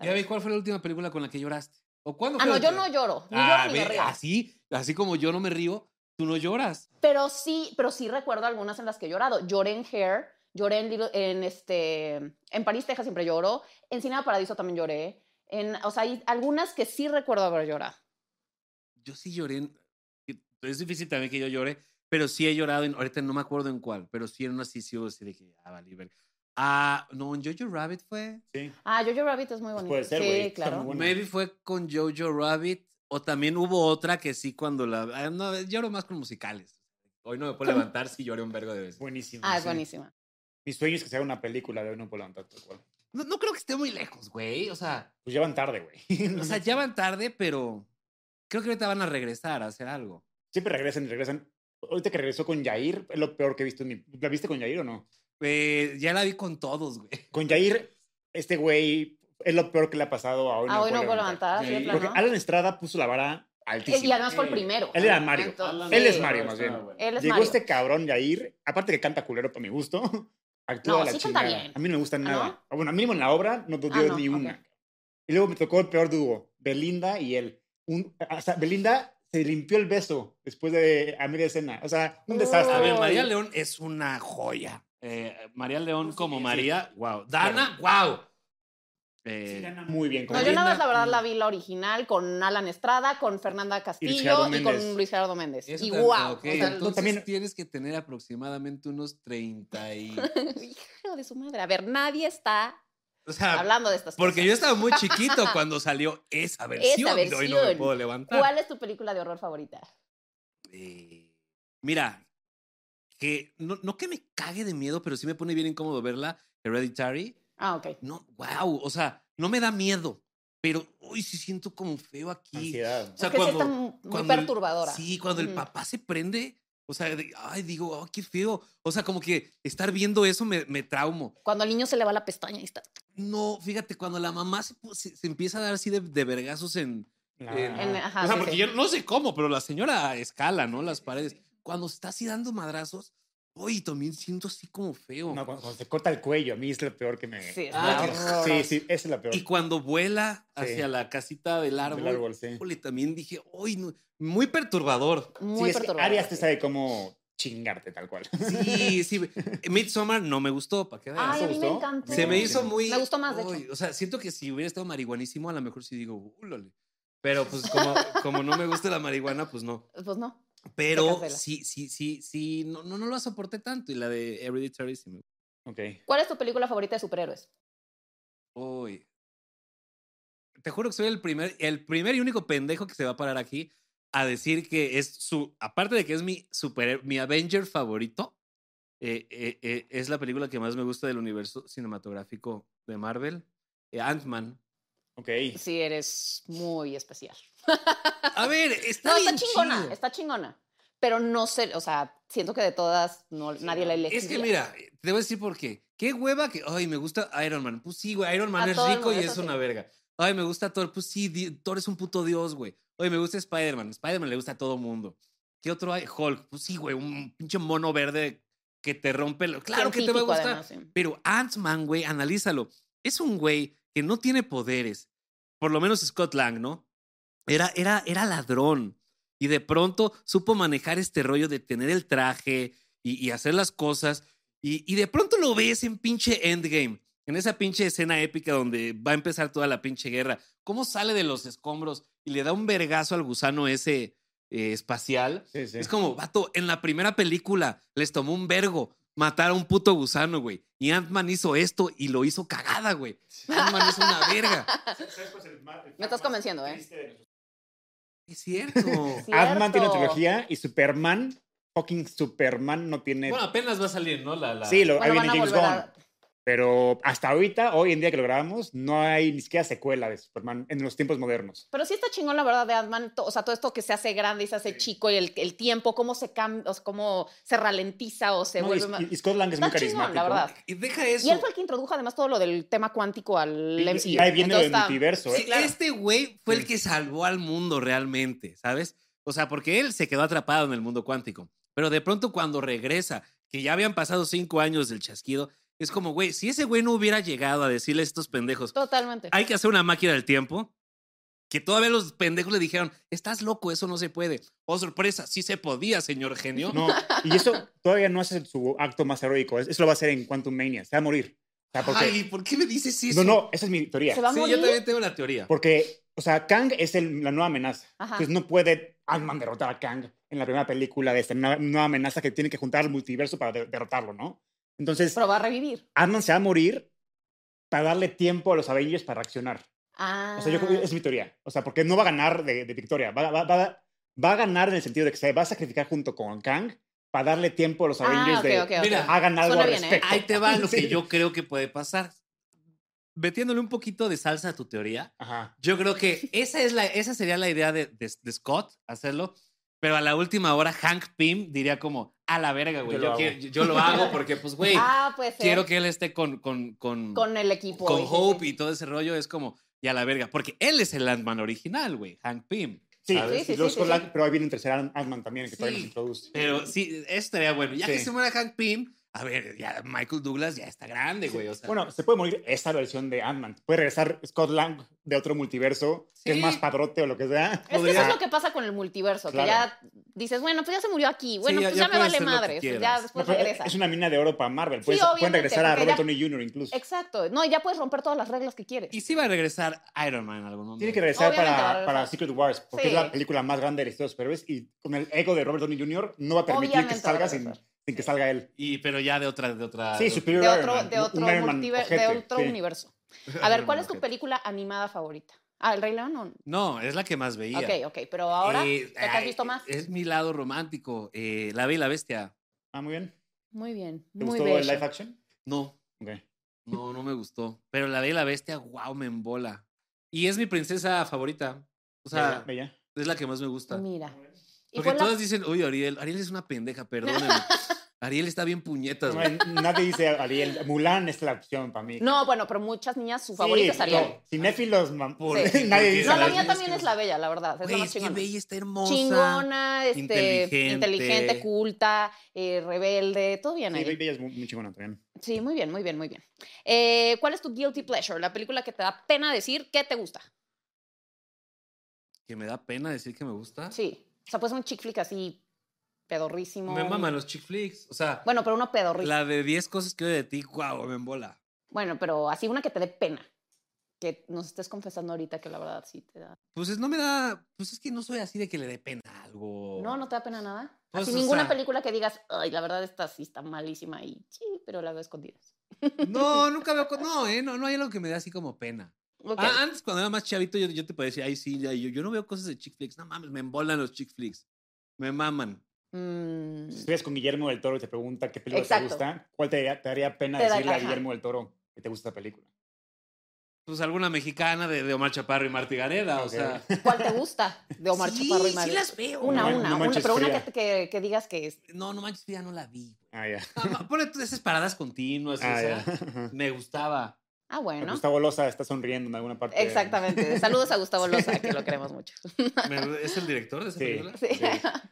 Speaker 3: Ya vi, ¿cuál fue la última película con la que lloraste? ¿O cuándo
Speaker 2: Ah,
Speaker 3: fue
Speaker 2: no,
Speaker 3: la
Speaker 2: yo
Speaker 3: última?
Speaker 2: no lloro. Ni
Speaker 3: Ah,
Speaker 2: lloro ni me
Speaker 3: ve,
Speaker 2: río.
Speaker 3: Así, así como yo no me río, tú no lloras.
Speaker 2: Pero sí, pero sí recuerdo algunas en las que he llorado. Lloré en Hair, lloré en, Little- en este, en París, Texas siempre lloro. En Cinema Paradiso también lloré. En, o sea, hay algunas que sí recuerdo haber llorado.
Speaker 3: Yo sí lloré. en- Es difícil también que yo llore, pero sí he llorado. En, ahorita no me acuerdo en cuál, pero sí en una sí, sí, hubo así de que, ah, vale, verga. Ah, no, en Jojo Rabbit fue.
Speaker 1: Sí. pues
Speaker 2: Ah, Jojo Rabbit es muy bonito.
Speaker 1: puede ser,
Speaker 2: sí,
Speaker 1: güey. Está
Speaker 2: claro.
Speaker 1: muy bueno.
Speaker 3: Maybe fue con Jojo Rabbit, o también hubo otra que sí cuando la. ah, No, lloro más con musicales. Hoy no me puedo levantar si lloré un vergo de veces.
Speaker 1: Buenísimo.
Speaker 2: Ah, es
Speaker 1: sí.
Speaker 2: buenísima.
Speaker 1: Mi sueño es que se haga una película de hoy no puedo levantar, tal cual.
Speaker 3: No, no creo que esté muy lejos, güey. O sea,
Speaker 1: Pues ya van tarde, güey.
Speaker 3: o sea, ya van tarde, pero creo que ahorita van a regresar a hacer algo.
Speaker 1: Siempre regresan y regresan. Ahorita que regresó con Yair, es lo peor que he visto en mi... ¿La viste con Yair o no?
Speaker 3: Eh, ya la vi con todos, güey.
Speaker 1: Con Yair, este güey es lo peor que le ha pasado a hoy.
Speaker 2: Ah, hoy no
Speaker 1: puedo
Speaker 2: puedo levantar,
Speaker 3: sí,
Speaker 2: sí, de
Speaker 3: sí.
Speaker 2: plano.
Speaker 1: Porque Alan Estrada puso la vara altísima.
Speaker 2: Y además fue el
Speaker 3: Sí.
Speaker 2: primero.
Speaker 1: Él era Mario.
Speaker 2: Entonces,
Speaker 1: Él es
Speaker 2: sí.
Speaker 1: Mario, más bien.
Speaker 2: Él es
Speaker 1: Llegó
Speaker 2: Mario.
Speaker 1: este cabrón Yair, aparte que canta culero para mi gusto, actúa
Speaker 2: No,
Speaker 1: a la
Speaker 2: sí canta
Speaker 1: chingada.
Speaker 2: bien.
Speaker 1: A mí no me gusta
Speaker 2: no?
Speaker 1: nada. Ah, Bueno, a mínimo en la obra no te
Speaker 2: Ah,
Speaker 1: dio
Speaker 2: no,
Speaker 1: ni
Speaker 2: ok.
Speaker 1: una. Y luego me tocó el peor dúo, Belinda y él. Un, o sea, Belinda se limpió el beso después de a media escena. O sea, un
Speaker 2: Uy.
Speaker 1: desastre.
Speaker 3: A ver, María
Speaker 2: Ay.
Speaker 3: León es una joya. Eh, María
Speaker 2: Pues
Speaker 3: León
Speaker 1: Sí,
Speaker 3: como
Speaker 1: sí.
Speaker 3: María, wow. Dana, Eh, wow.
Speaker 1: Sí, gana muy bien. con
Speaker 2: No, yo
Speaker 1: Belinda.
Speaker 2: nada más la verdad
Speaker 3: Mm.
Speaker 2: la vi la original con Alan Estrada, con Fernanda Castillo
Speaker 1: Gerardo
Speaker 2: y,
Speaker 1: Méndez.
Speaker 2: con Luis Gerardo Méndez. Y wow. o sea,
Speaker 1: Entonces también-
Speaker 3: tienes que tener aproximadamente unos 30 y...
Speaker 2: hijo de su madre. A ver, nadie está
Speaker 3: O sea,
Speaker 2: hablando de estas
Speaker 3: Ah, porque yo
Speaker 2: cosas.
Speaker 3: estaba muy chiquito cuando salió esa versión. de Hoy no me
Speaker 2: versión.
Speaker 3: puedo levantar.
Speaker 2: ¿Cuál es tu película de horror favorita?
Speaker 3: Eh, mira, que no, no que me cague de miedo, pero sí me pone bien incómodo verla, Hereditary.
Speaker 2: Ah, ok.
Speaker 3: No, wow, o sea, no me da miedo, pero hoy sí siento como feo aquí.
Speaker 1: Ansiedad.
Speaker 3: O sea,
Speaker 2: es que sí
Speaker 3: cuando-
Speaker 2: está muy
Speaker 3: cuando el-
Speaker 2: perturbadora.
Speaker 3: Sí, cuando el
Speaker 2: Ujú.
Speaker 3: papá se prende, o sea, de- ay, digo, oh, qué feo. O sea, como que estar viendo eso me, me traumo.
Speaker 2: Cuando al niño se le va la pestaña y está
Speaker 3: No, fíjate, cuando la mamá se, pu- se- se empieza a dar así de, de vergazos en... en-
Speaker 2: En- ajá,
Speaker 3: o sea,
Speaker 2: sí,
Speaker 3: porque
Speaker 2: sí.
Speaker 3: yo no sé cómo, pero la señora escala, ¿no? Las paredes. Cuando está así dando madrazos, uy, también siento así como feo.
Speaker 1: No, cuando, cuando se corta el cuello, a mí es lo peor que me.
Speaker 2: Sí, está
Speaker 1: Ah,
Speaker 2: horroroso.
Speaker 1: sí, sí, esa es la peor.
Speaker 3: y cuando vuela
Speaker 1: Sí.
Speaker 3: hacia la casita del árbol,
Speaker 1: Del árbol, sí.
Speaker 3: híjole, también dije, uy, no", muy perturbador.
Speaker 2: muy
Speaker 1: sí, es que
Speaker 2: perturbadora.
Speaker 1: Arias te sabe cómo chingarte tal cual.
Speaker 3: Sí, sí. Midsommar no me gustó, para que veas.
Speaker 2: Ay, a mí me
Speaker 1: gustó?
Speaker 2: encantó.
Speaker 3: Se me hizo muy.
Speaker 2: Me gustó más, de hecho.
Speaker 3: Uy, O sea, siento que si hubiera estado marihuanísimo, a lo mejor sí digo, úlale. Pero pues como, como no me gusta la marihuana, pues no.
Speaker 2: Pues no.
Speaker 3: Pero
Speaker 2: cancela.
Speaker 3: sí, sí, sí, sí, no, no, no lo soporté tanto. Y la de Hereditary sí me
Speaker 1: Ok.
Speaker 2: ¿Cuál es tu película favorita de superhéroes?
Speaker 3: Uy. Te juro que soy el primer, el primer y único pendejo que se va a parar aquí a decir que es su, aparte de que es mi super, mi Avenger favorito, eh, eh, eh, es la película que más me gusta del universo cinematográfico de Marvel, eh, Ant-Man.
Speaker 1: Ok.
Speaker 2: Sí, eres muy especial.
Speaker 3: A ver, está,
Speaker 2: No, está
Speaker 3: bien
Speaker 2: chingona,
Speaker 3: chido.
Speaker 2: está chingona. Pero no sé, o sea, siento que de todas no, nadie la elegiría.
Speaker 3: Es que mira, eh, te voy a decir por qué. Qué hueva que, ay, me gusta Iron Man. Pues sí, güey, Iron Man
Speaker 2: A
Speaker 3: es
Speaker 2: todo el
Speaker 3: rico y
Speaker 2: mundo,
Speaker 3: es
Speaker 2: eso
Speaker 3: una
Speaker 2: sí.
Speaker 3: verga. Ay, me gusta Thor. Pues sí, di- Thor es un puto dios, güey. Oye, me gusta Spider-Man. Spider-Man le gusta a todo mundo. ¿Qué otro hay? Hulk. Pues sí, güey, un pinche mono verde que te rompe. lo- Claro que te va a
Speaker 2: Científico,
Speaker 3: gustar.
Speaker 2: además, sí.
Speaker 3: Pero Ant-Man, güey, analízalo. Es un güey que no tiene poderes. Por lo menos Scott Lang, ¿no? Era, era, era ladrón. Y de pronto supo manejar este rollo de tener el traje y, y hacer las cosas. Y, y de pronto lo ves en pinche Endgame. En esa pinche escena épica donde va a empezar toda la pinche guerra. ¿Cómo sale de los escombros y le da un vergazo al gusano ese eh, espacial?
Speaker 1: Sí, sí.
Speaker 3: Es como, vato, en la primera película les tomó un vergo matar a un puto gusano, güey. Y Ant-Man hizo esto y lo hizo cagada, güey. Ant-Man es una verga.
Speaker 2: Me estás convenciendo, ¿eh?
Speaker 3: Es cierto.
Speaker 1: Ant-Man tiene
Speaker 2: Cierto.
Speaker 1: trilogía y Superman, fucking Superman, no tiene.
Speaker 3: Bueno, apenas va a salir, ¿no? La, la-
Speaker 1: sí, lo, ahí
Speaker 2: Bueno,
Speaker 1: viene
Speaker 2: van a
Speaker 1: James
Speaker 2: volver
Speaker 1: Gunn.
Speaker 2: a-
Speaker 1: Pero hasta ahorita, hoy en día que lo grabamos, no hay ni siquiera secuela de Superman en los tiempos modernos.
Speaker 2: Pero sí está chingón, la verdad, de Ant-Man. to- O sea, todo esto que se hace grande y se hace chico y el, el tiempo, cómo se cambia, o sea, cómo se ralentiza o se
Speaker 1: No, y-
Speaker 2: vuelve más.
Speaker 1: y, y Scott Lang es muy
Speaker 2: Está chingón,
Speaker 1: carismático.
Speaker 2: la verdad.
Speaker 3: Y deja eso.
Speaker 2: Y él fue el que introdujo además todo lo del tema cuántico al
Speaker 1: Y-
Speaker 2: MCU.
Speaker 1: Y ahí viene lo
Speaker 2: Entonces
Speaker 1: del
Speaker 2: está-
Speaker 1: multiverso, ¿eh?
Speaker 3: Sí, Este güey fue el que salvó al mundo realmente, ¿sabes? O sea, porque él se quedó atrapado en el mundo cuántico. Pero de pronto cuando regresa, que ya habían pasado cinco años del chasquido, es como, güey, si ese güey no hubiera llegado a decirle a estos pendejos,
Speaker 2: Totalmente.
Speaker 3: hay que hacer una máquina del tiempo. Que todavía los pendejos le dijeron, estás loco, eso no se puede. Oh, sorpresa, sí se podía, señor genio.
Speaker 1: No, y eso todavía no hace su acto más heroico. es- Eso lo va a hacer en Quantum Mania. Se va a morir. O sea, porque-
Speaker 3: Ay, ¿por qué me dices eso?
Speaker 1: no, no, esa es mi teoría.
Speaker 2: Se va a
Speaker 3: Sí,
Speaker 2: morir.
Speaker 3: yo también tengo la teoría.
Speaker 1: Porque, o sea, Kang es el- la nueva amenaza.
Speaker 2: Ajá.
Speaker 1: Entonces pues, no puede Ant-Man derrotar a Kang en la primera película de esta nueva, nueva amenaza que tiene que juntar al multiverso para de- derrotarlo, ¿no? Entonces,
Speaker 2: Pero va a revivir.
Speaker 1: Ant-Man se va a morir para darle tiempo a los Avengers para reaccionar.
Speaker 2: Ah.
Speaker 1: O sea, yo creo que es mi teoría. O sea, porque no va a ganar de, de victoria. Va, va- va- va a ganar en el sentido de que se va a sacrificar junto con Kang para darle tiempo a los Avengers
Speaker 2: Ah, ok,
Speaker 1: de
Speaker 2: ok, ok.
Speaker 3: Mira,
Speaker 1: hagan algo
Speaker 2: Suena
Speaker 1: al
Speaker 2: bien, ¿eh?
Speaker 1: respecto.
Speaker 3: Ahí te va lo
Speaker 1: Sí.
Speaker 3: que yo creo que puede pasar. Metiéndole un poquito de salsa a tu teoría,
Speaker 1: Ajá.
Speaker 3: yo creo que esa, es la, esa sería la idea de, de- de Scott, hacerlo. Pero a la última hora, Hank Pym diría como, a la verga,
Speaker 1: Yo
Speaker 3: güey. Yo,
Speaker 1: lo hago".
Speaker 3: quiero- yo- yo lo hago porque, pues, güey,
Speaker 2: Ah, pues.
Speaker 3: quiero que él esté con, con, con,
Speaker 2: Con el equipo.
Speaker 3: con
Speaker 2: sí, sí,
Speaker 3: Hope
Speaker 2: sí.
Speaker 3: y todo ese rollo. Es como, y a la verga. Porque él es el Ant-Man original, güey, Hank Pym.
Speaker 1: Sí,
Speaker 3: ¿sabes?
Speaker 1: y
Speaker 2: sí,
Speaker 1: luego
Speaker 2: sí,
Speaker 1: Scott
Speaker 2: sí.
Speaker 1: Lang- pero ahí viene un tercer Ant- Ant-Man también, que todavía no
Speaker 3: Sí.
Speaker 1: se introduce.
Speaker 3: Pero sí, eso estaría bueno. Ya que
Speaker 1: Sí.
Speaker 3: se muera Hank Pym, a ver, ya Michael Douglas ya está grande, güey. O sea,
Speaker 1: Bueno, se puede morir esa versión de Ant-Man. Puede regresar Scott Lang de otro multiverso, que es
Speaker 3: Sí.
Speaker 1: más padrote o lo que sea.
Speaker 2: Es que eso es
Speaker 1: Podría-
Speaker 2: lo que pasa con el multiverso,
Speaker 1: Claro.
Speaker 2: que ya dices, bueno, pues ya se murió aquí, bueno,
Speaker 3: ya-
Speaker 2: pues
Speaker 3: ya
Speaker 2: ya, me
Speaker 3: puedes
Speaker 2: vale
Speaker 3: hacer lo que
Speaker 2: madre, pues ya
Speaker 3: quieras.
Speaker 1: No,
Speaker 2: después
Speaker 1: pero
Speaker 2: regresa.
Speaker 1: eh, Es una mina de oro para Marvel.
Speaker 2: Sí,
Speaker 1: Puedes- pueden
Speaker 2: obviamente,
Speaker 1: regresar a
Speaker 2: porque
Speaker 1: Robert
Speaker 2: ya-
Speaker 1: Downey Jr. incluso.
Speaker 2: Exacto, no, y ya puedes romper todas las reglas que quieres.
Speaker 3: y sí va a regresar Iron Man en algún momento.
Speaker 1: Tiene que regresar
Speaker 2: Obviamente va a
Speaker 1: para,
Speaker 2: regresar.
Speaker 1: para Secret Wars, porque
Speaker 2: Sí.
Speaker 1: es la película más grande de la historia de superhéroes y con el ego de Robert Downey Jr. no va a permitir que
Speaker 2: Obviamente va a
Speaker 1: salga sin,
Speaker 2: regresar.
Speaker 1: sin que salga él.
Speaker 3: Y, pero ya de otra, de otra.
Speaker 1: Sí,
Speaker 3: de-
Speaker 1: Superior
Speaker 2: de
Speaker 1: Iron
Speaker 2: otro,
Speaker 1: Man,
Speaker 2: de
Speaker 1: un
Speaker 2: otro,
Speaker 1: Iron Man
Speaker 2: multiver- de
Speaker 1: ojete,
Speaker 2: otro
Speaker 1: sí.
Speaker 2: universo. A ver,
Speaker 3: Iron
Speaker 2: ¿cuál
Speaker 3: Man,
Speaker 2: es tu
Speaker 3: ojete.
Speaker 2: película animada favorita? Ah, El Rey León, no.
Speaker 3: No, es la que más veía.
Speaker 2: Ok, ok, pero ahora,
Speaker 3: Eh,
Speaker 2: ¿la que has
Speaker 3: ay,
Speaker 2: visto más?
Speaker 3: Es mi lado romántico. eh, la Bella y la Bestia.
Speaker 1: Ah, muy bien.
Speaker 2: Muy bien,
Speaker 1: ¿Te
Speaker 2: muy
Speaker 1: gustó
Speaker 2: bien.
Speaker 1: el live action?
Speaker 3: No,
Speaker 1: Ok.
Speaker 3: no, no me gustó. Pero la Bella y la Bestia, wow, me embola. Y es mi princesa favorita. O sea,
Speaker 1: Bella.
Speaker 3: es la que más me gusta.
Speaker 2: Mira. ¿Y
Speaker 3: Porque
Speaker 2: cuál la-
Speaker 3: todas dicen, uy, Ariel, Ariel es una pendeja, perdóname. Ariel está bien puñetas,
Speaker 1: No
Speaker 3: güey.
Speaker 1: hay- nadie dice Ariel. Mulan es la opción para mí.
Speaker 2: No, bueno, pero muchas niñas, su
Speaker 1: Sí,
Speaker 2: favorita es Ariel.
Speaker 1: no, cinéfilos, mam-
Speaker 3: Por-
Speaker 2: Sí.
Speaker 3: porque-
Speaker 1: Nadie dice
Speaker 2: No, la
Speaker 1: Ariel.
Speaker 2: mía también es la bella, la verdad. Es la
Speaker 3: Güey,
Speaker 2: más
Speaker 3: es que
Speaker 2: chingona.
Speaker 3: Bella está hermosa.
Speaker 2: Chingona, este,
Speaker 3: inteligente.
Speaker 2: inteligente, culta, eh, rebelde, todo bien
Speaker 1: Sí,
Speaker 2: ahí.
Speaker 1: Bella es muy, muy chingona también.
Speaker 2: Sí, muy bien, muy bien, muy bien. Eh, ¿Cuál es tu guilty pleasure? La película que te da pena decir que te gusta.
Speaker 3: Que me da pena decir que me gusta.
Speaker 2: Sí. O sea, pues un chick flick así pedorrísimo.
Speaker 3: Me maman los chick flicks. O sea,
Speaker 2: Bueno, pero uno pedorrísimo.
Speaker 3: la de 10 cosas que odio de ti, wow, me embola.
Speaker 2: Bueno, pero así una que te dé pena. Que que nos estés confesando ahorita que la verdad sí te da.
Speaker 3: Pues es, no me da, pues es que no soy así de que le dé pena algo.
Speaker 2: No, no te da pena nada.
Speaker 3: Oh. Pues,
Speaker 2: Así
Speaker 3: o
Speaker 2: ninguna
Speaker 3: sea-
Speaker 2: película que digas, ay, la verdad esta sí está malísima y sí, pero la veo escondidas.
Speaker 3: No, nunca veo, co- no, eh, no, no hay algo que me dé así como pena.
Speaker 2: Ok.
Speaker 3: Ah, antes, cuando era más chavito, yo, yo te podía decir, ay, sí, ya, yo, yo no veo cosas de chick flicks. No mames, me embolan los chick flicks. Me maman.
Speaker 2: Mm,
Speaker 1: Si estuvieras con Guillermo del Toro y te pregunta qué película
Speaker 2: Exacto.
Speaker 1: te gusta, ¿cuál te daría, te daría pena
Speaker 2: Te da-
Speaker 1: decirle a
Speaker 2: ajá.
Speaker 1: Guillermo del Toro que te gusta esta película?
Speaker 3: Pues alguna mexicana de, de Omar Chaparro y Martí Gareda, o
Speaker 1: Ok.
Speaker 3: sea.
Speaker 2: ¿Cuál te gusta de Omar
Speaker 3: sí,
Speaker 2: Chaparro y
Speaker 3: Sí,
Speaker 2: Mario?
Speaker 3: las veo.
Speaker 2: Una,
Speaker 1: No man-
Speaker 2: una,
Speaker 1: no
Speaker 2: una,
Speaker 1: manches
Speaker 2: pero una
Speaker 1: fría.
Speaker 2: que, que, que digas que es.
Speaker 3: No, no manches, ya no la vi.
Speaker 1: Ah, ya.
Speaker 3: Ah, ma- Ponle tú esas paradas continuas, o
Speaker 1: Ah,
Speaker 3: sea,
Speaker 1: ya.
Speaker 3: me gustaba.
Speaker 2: Ah, Pues bueno.
Speaker 1: Gustavo Loza está sonriendo en alguna parte.
Speaker 2: Exactamente. Saludos a Gustavo Loza, que lo queremos mucho.
Speaker 3: Me- ¿Es el director de esa
Speaker 1: Sí.
Speaker 3: película?
Speaker 2: Sí.
Speaker 1: Sí.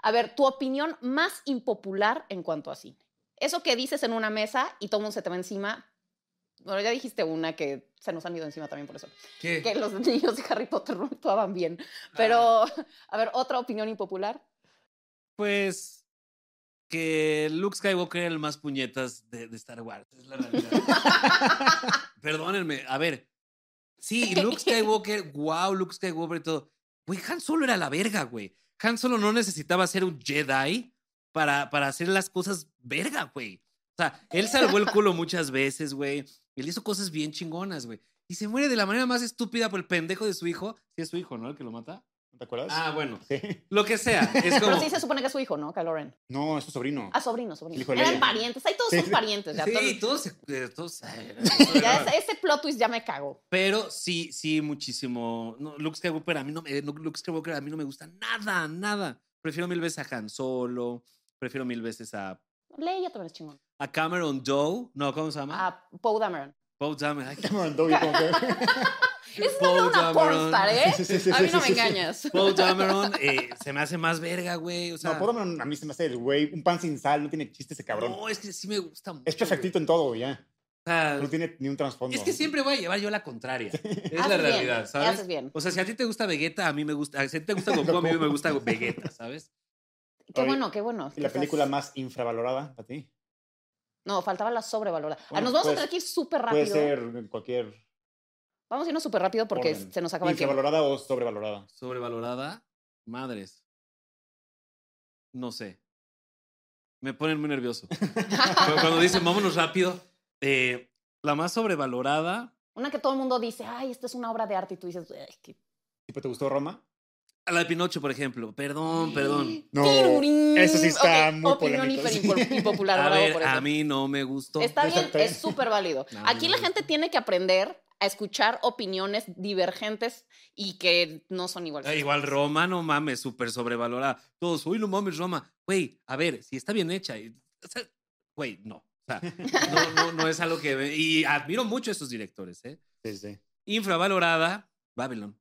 Speaker 2: A ver, tu opinión más impopular en cuanto a cine. Eso que dices en una mesa y todo el mundo se te va encima. Bueno, ya dijiste una que se nos han ido encima también por eso.
Speaker 3: ¿Qué?
Speaker 2: Que los niños de Harry Potter no actuaban bien.
Speaker 1: Ah.
Speaker 2: Pero, a ver, otra opinión impopular.
Speaker 3: Pues que Luke Skywalker era el más puñetas de, de Star Wars. Es la realidad. Perdónenme. A ver. Sí, Luke Skywalker, wow, Luke Skywalker y todo. Güey, Han Solo era la verga, güey. Han Solo no necesitaba ser un Jedi para, para hacer las cosas verga, güey. O sea, él salvó el culo muchas veces, güey. Él hizo cosas bien chingonas, güey. Y se muere de la manera más estúpida por el pendejo de su hijo. Sí, es su hijo, ¿no? El que lo mata.
Speaker 1: ¿No te acuerdas?
Speaker 3: Ah, bueno.
Speaker 1: Sí.
Speaker 3: Lo que sea. Es como...
Speaker 2: Pero sí se supone que es su hijo, ¿no? Kylo Ren.
Speaker 1: No, es su sobrino.
Speaker 2: Ah, sobrino, sobrino.
Speaker 1: Hijo de
Speaker 2: Eran
Speaker 1: Leia.
Speaker 2: parientes. Ahí todos
Speaker 1: Sí,
Speaker 2: son
Speaker 1: sí.
Speaker 2: parientes. Ya,
Speaker 3: Sí,
Speaker 2: todos-
Speaker 3: todos, se- eh, todos-
Speaker 2: ya ese, ese plot twist ya me cago.
Speaker 3: Pero sí, sí, muchísimo. No, Luke Skywalker a mí no me, no, Luke Skywalker a mí no me gusta nada, nada. Prefiero mil veces a Han Solo, prefiero mil veces a,
Speaker 2: Leia también es chingón.
Speaker 3: a Cameron Doe, no, ¿cómo se llama?
Speaker 2: A Poe Dameron.
Speaker 3: Poe Dameron. Ay,
Speaker 1: Cameron Doe, como que-
Speaker 2: Es una, una pornstar, ¿eh?
Speaker 1: Sí, sí, sí,
Speaker 2: A mí
Speaker 1: sí,
Speaker 2: no
Speaker 1: sí,
Speaker 2: me
Speaker 1: sí.
Speaker 2: engañas.
Speaker 3: Poe Dameron eh, se me hace más verga, güey. O sea,
Speaker 1: No, por lo menos a mí se me hace el güey, un pan sin sal, no tiene chiste ese cabrón.
Speaker 3: no, es que sí me gusta mucho.
Speaker 1: es perfectito en todo, ya.
Speaker 3: güey. O sea,
Speaker 1: No tiene ni un trasfondo.
Speaker 3: es que siempre voy a llevar yo la contraria. Es la
Speaker 2: Haces bien,
Speaker 3: realidad, ¿sabes?
Speaker 2: Haces bien.
Speaker 3: O sea, si a ti te gusta Vegeta, a mí me gusta. Si a ti te gusta Goku, a mí me gusta Vegeta, ¿sabes?
Speaker 2: Qué
Speaker 1: Oye,
Speaker 2: bueno, qué bueno.
Speaker 1: ¿Y la
Speaker 2: Quizás-
Speaker 1: película más infravalorada para ti?
Speaker 2: No, faltaba la sobrevalorada. Ah,
Speaker 1: Bueno,
Speaker 2: nos vamos
Speaker 1: puede-
Speaker 2: a tener que ir súper
Speaker 1: Puede
Speaker 2: rápido.
Speaker 1: ser en cualquier
Speaker 2: Vamos a irnos súper rápido porque
Speaker 1: orden.
Speaker 2: se nos acaba el tiempo.
Speaker 1: ¿Infravalorada o sobrevalorada?
Speaker 3: Sobrevalorada, madres. No sé. Me ponen muy nervioso. Cuando cuando dicen, vámonos rápido. eh, la más sobrevalorada,
Speaker 2: Una que todo el mundo dice, ay, esta es una obra de arte y tú dices, "Ay, qué...
Speaker 1: ¿Tipo te gustó Roma?
Speaker 3: a la de Pinocho, por ejemplo. Perdón, perdón.
Speaker 1: No,
Speaker 2: Tirurín.
Speaker 1: eso sí está
Speaker 2: Ok,
Speaker 1: muy
Speaker 2: Opinión
Speaker 1: polémico, sí.
Speaker 2: hiperinpo- impopular,
Speaker 3: A
Speaker 2: bravo
Speaker 3: ver,
Speaker 2: por
Speaker 3: a
Speaker 2: eso.
Speaker 3: mí no me gustó.
Speaker 2: Está bien,
Speaker 1: Exacto.
Speaker 2: es súper válido.
Speaker 3: No,
Speaker 2: Aquí
Speaker 3: no
Speaker 2: la
Speaker 3: me
Speaker 2: gente
Speaker 3: gusta.
Speaker 2: tiene que aprender a escuchar opiniones divergentes y que no son iguales.
Speaker 3: Eh, Igual Roma, no mames, súper sobrevalorada. Todos, uy, no mames, Roma. Güey, a ver, si está bien hecha. y- o sea, Güey, no. O sea, no, no, no es algo que... ve- Y admiro mucho a esos directores, ¿eh?
Speaker 1: Sí, sí.
Speaker 3: Infravalorada, Babylon.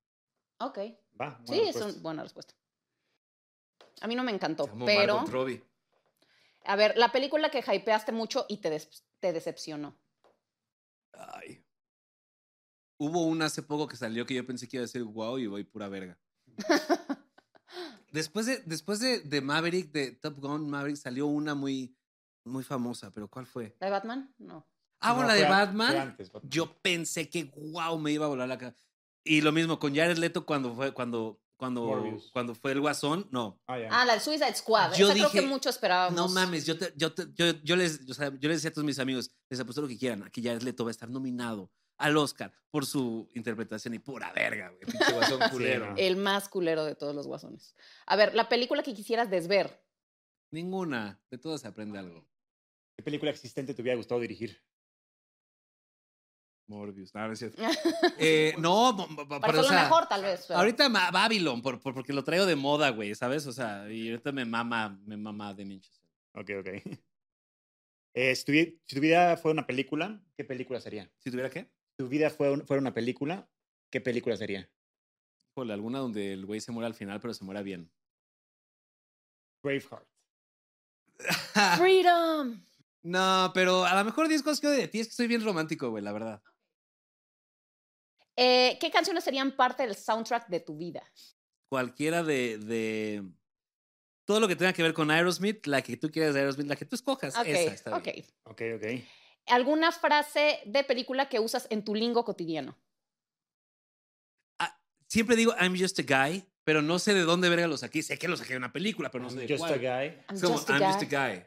Speaker 2: Ok,
Speaker 1: Va.
Speaker 2: sí,
Speaker 1: bueno,
Speaker 2: es
Speaker 1: pues.
Speaker 2: una buena respuesta. A mí no me encantó,
Speaker 3: Te amo,
Speaker 2: pero...
Speaker 3: Margot Robbie.
Speaker 2: A ver, la película que hypeaste mucho y te, des- te decepcionó.
Speaker 3: Ay. Hubo una hace poco que salió que yo pensé que iba a decir wow y voy pura verga. después de, después de, de Maverick, de Top Gun Maverick, salió una muy, muy famosa, pero ¿cuál fue?
Speaker 2: ¿La de Batman? No.
Speaker 3: Ah, bueno,
Speaker 1: No,
Speaker 3: la de
Speaker 1: fue a-
Speaker 3: Batman.
Speaker 1: fue antes, Batman.
Speaker 3: Yo pensé que wow me iba a volar la cara. Y lo mismo con Jared Leto cuando fue, cuando, cuando,
Speaker 1: Morbius.
Speaker 3: cuando fue el guasón, no.
Speaker 1: Ah, ya.
Speaker 2: Ah, la de Suicide Squad.
Speaker 3: Yo
Speaker 2: Esa creo
Speaker 3: dije,
Speaker 2: que mucho esperábamos.
Speaker 3: No mames, yo, te- yo, te- yo, yo les, o sea, yo les decía a todos mis amigos, les apuesto lo que quieran, a que Jared Leto va a estar nominado al Oscar por su interpretación y pura verga, güey. Pinche guasón culero.
Speaker 1: no.
Speaker 2: El más culero de todos los guasones. A ver, la película que quisieras desver.
Speaker 3: Ninguna, de todo se aprende algo.
Speaker 1: ¿Qué película existente te hubiera gustado dirigir?
Speaker 3: Morbius, no, no es cierto. Eh, no, bo- bo- bo-
Speaker 2: Para
Speaker 3: pero, o
Speaker 2: hacerla
Speaker 3: sea,
Speaker 2: mejor, tal vez. pero-
Speaker 3: Ahorita ma- Babylon, por, por- porque lo traigo de moda, güey, ¿sabes? O sea, y ahorita me mama, me mama de Manchester.
Speaker 1: Ok, ok. Eh, si, tuvi- si tu vida fuera una película, ¿qué película sería?
Speaker 3: Si tuviera qué?
Speaker 1: Si tu vida fue un- fuera una película, ¿qué película sería?
Speaker 3: Híjole, alguna donde el güey se muera al final, pero se muera bien.
Speaker 1: Braveheart.
Speaker 2: Freedom.
Speaker 3: no, pero a lo mejor 10 cosas que odio de ti es que soy bien romántico, güey, la verdad.
Speaker 2: Eh, ¿Qué canciones serían parte del soundtrack de tu vida?
Speaker 3: cualquiera de, de todo lo que tenga que ver con Aerosmith, la que tú quieras de Aerosmith, la que tú escojas.
Speaker 2: Ok,
Speaker 3: esa está
Speaker 2: ok.
Speaker 3: bien.
Speaker 1: Ok, ok.
Speaker 2: ¿Alguna frase de película que usas en tu lingo cotidiano?
Speaker 3: siempre digo I'm just a guy, pero no sé de dónde verga lo saqué. Sé que lo saqué de una película, pero Ah, no sé de
Speaker 1: Just
Speaker 3: cuál.
Speaker 1: a guy.
Speaker 2: I'm
Speaker 3: Es como
Speaker 2: just a
Speaker 3: I'm
Speaker 2: guy.
Speaker 3: just a guy.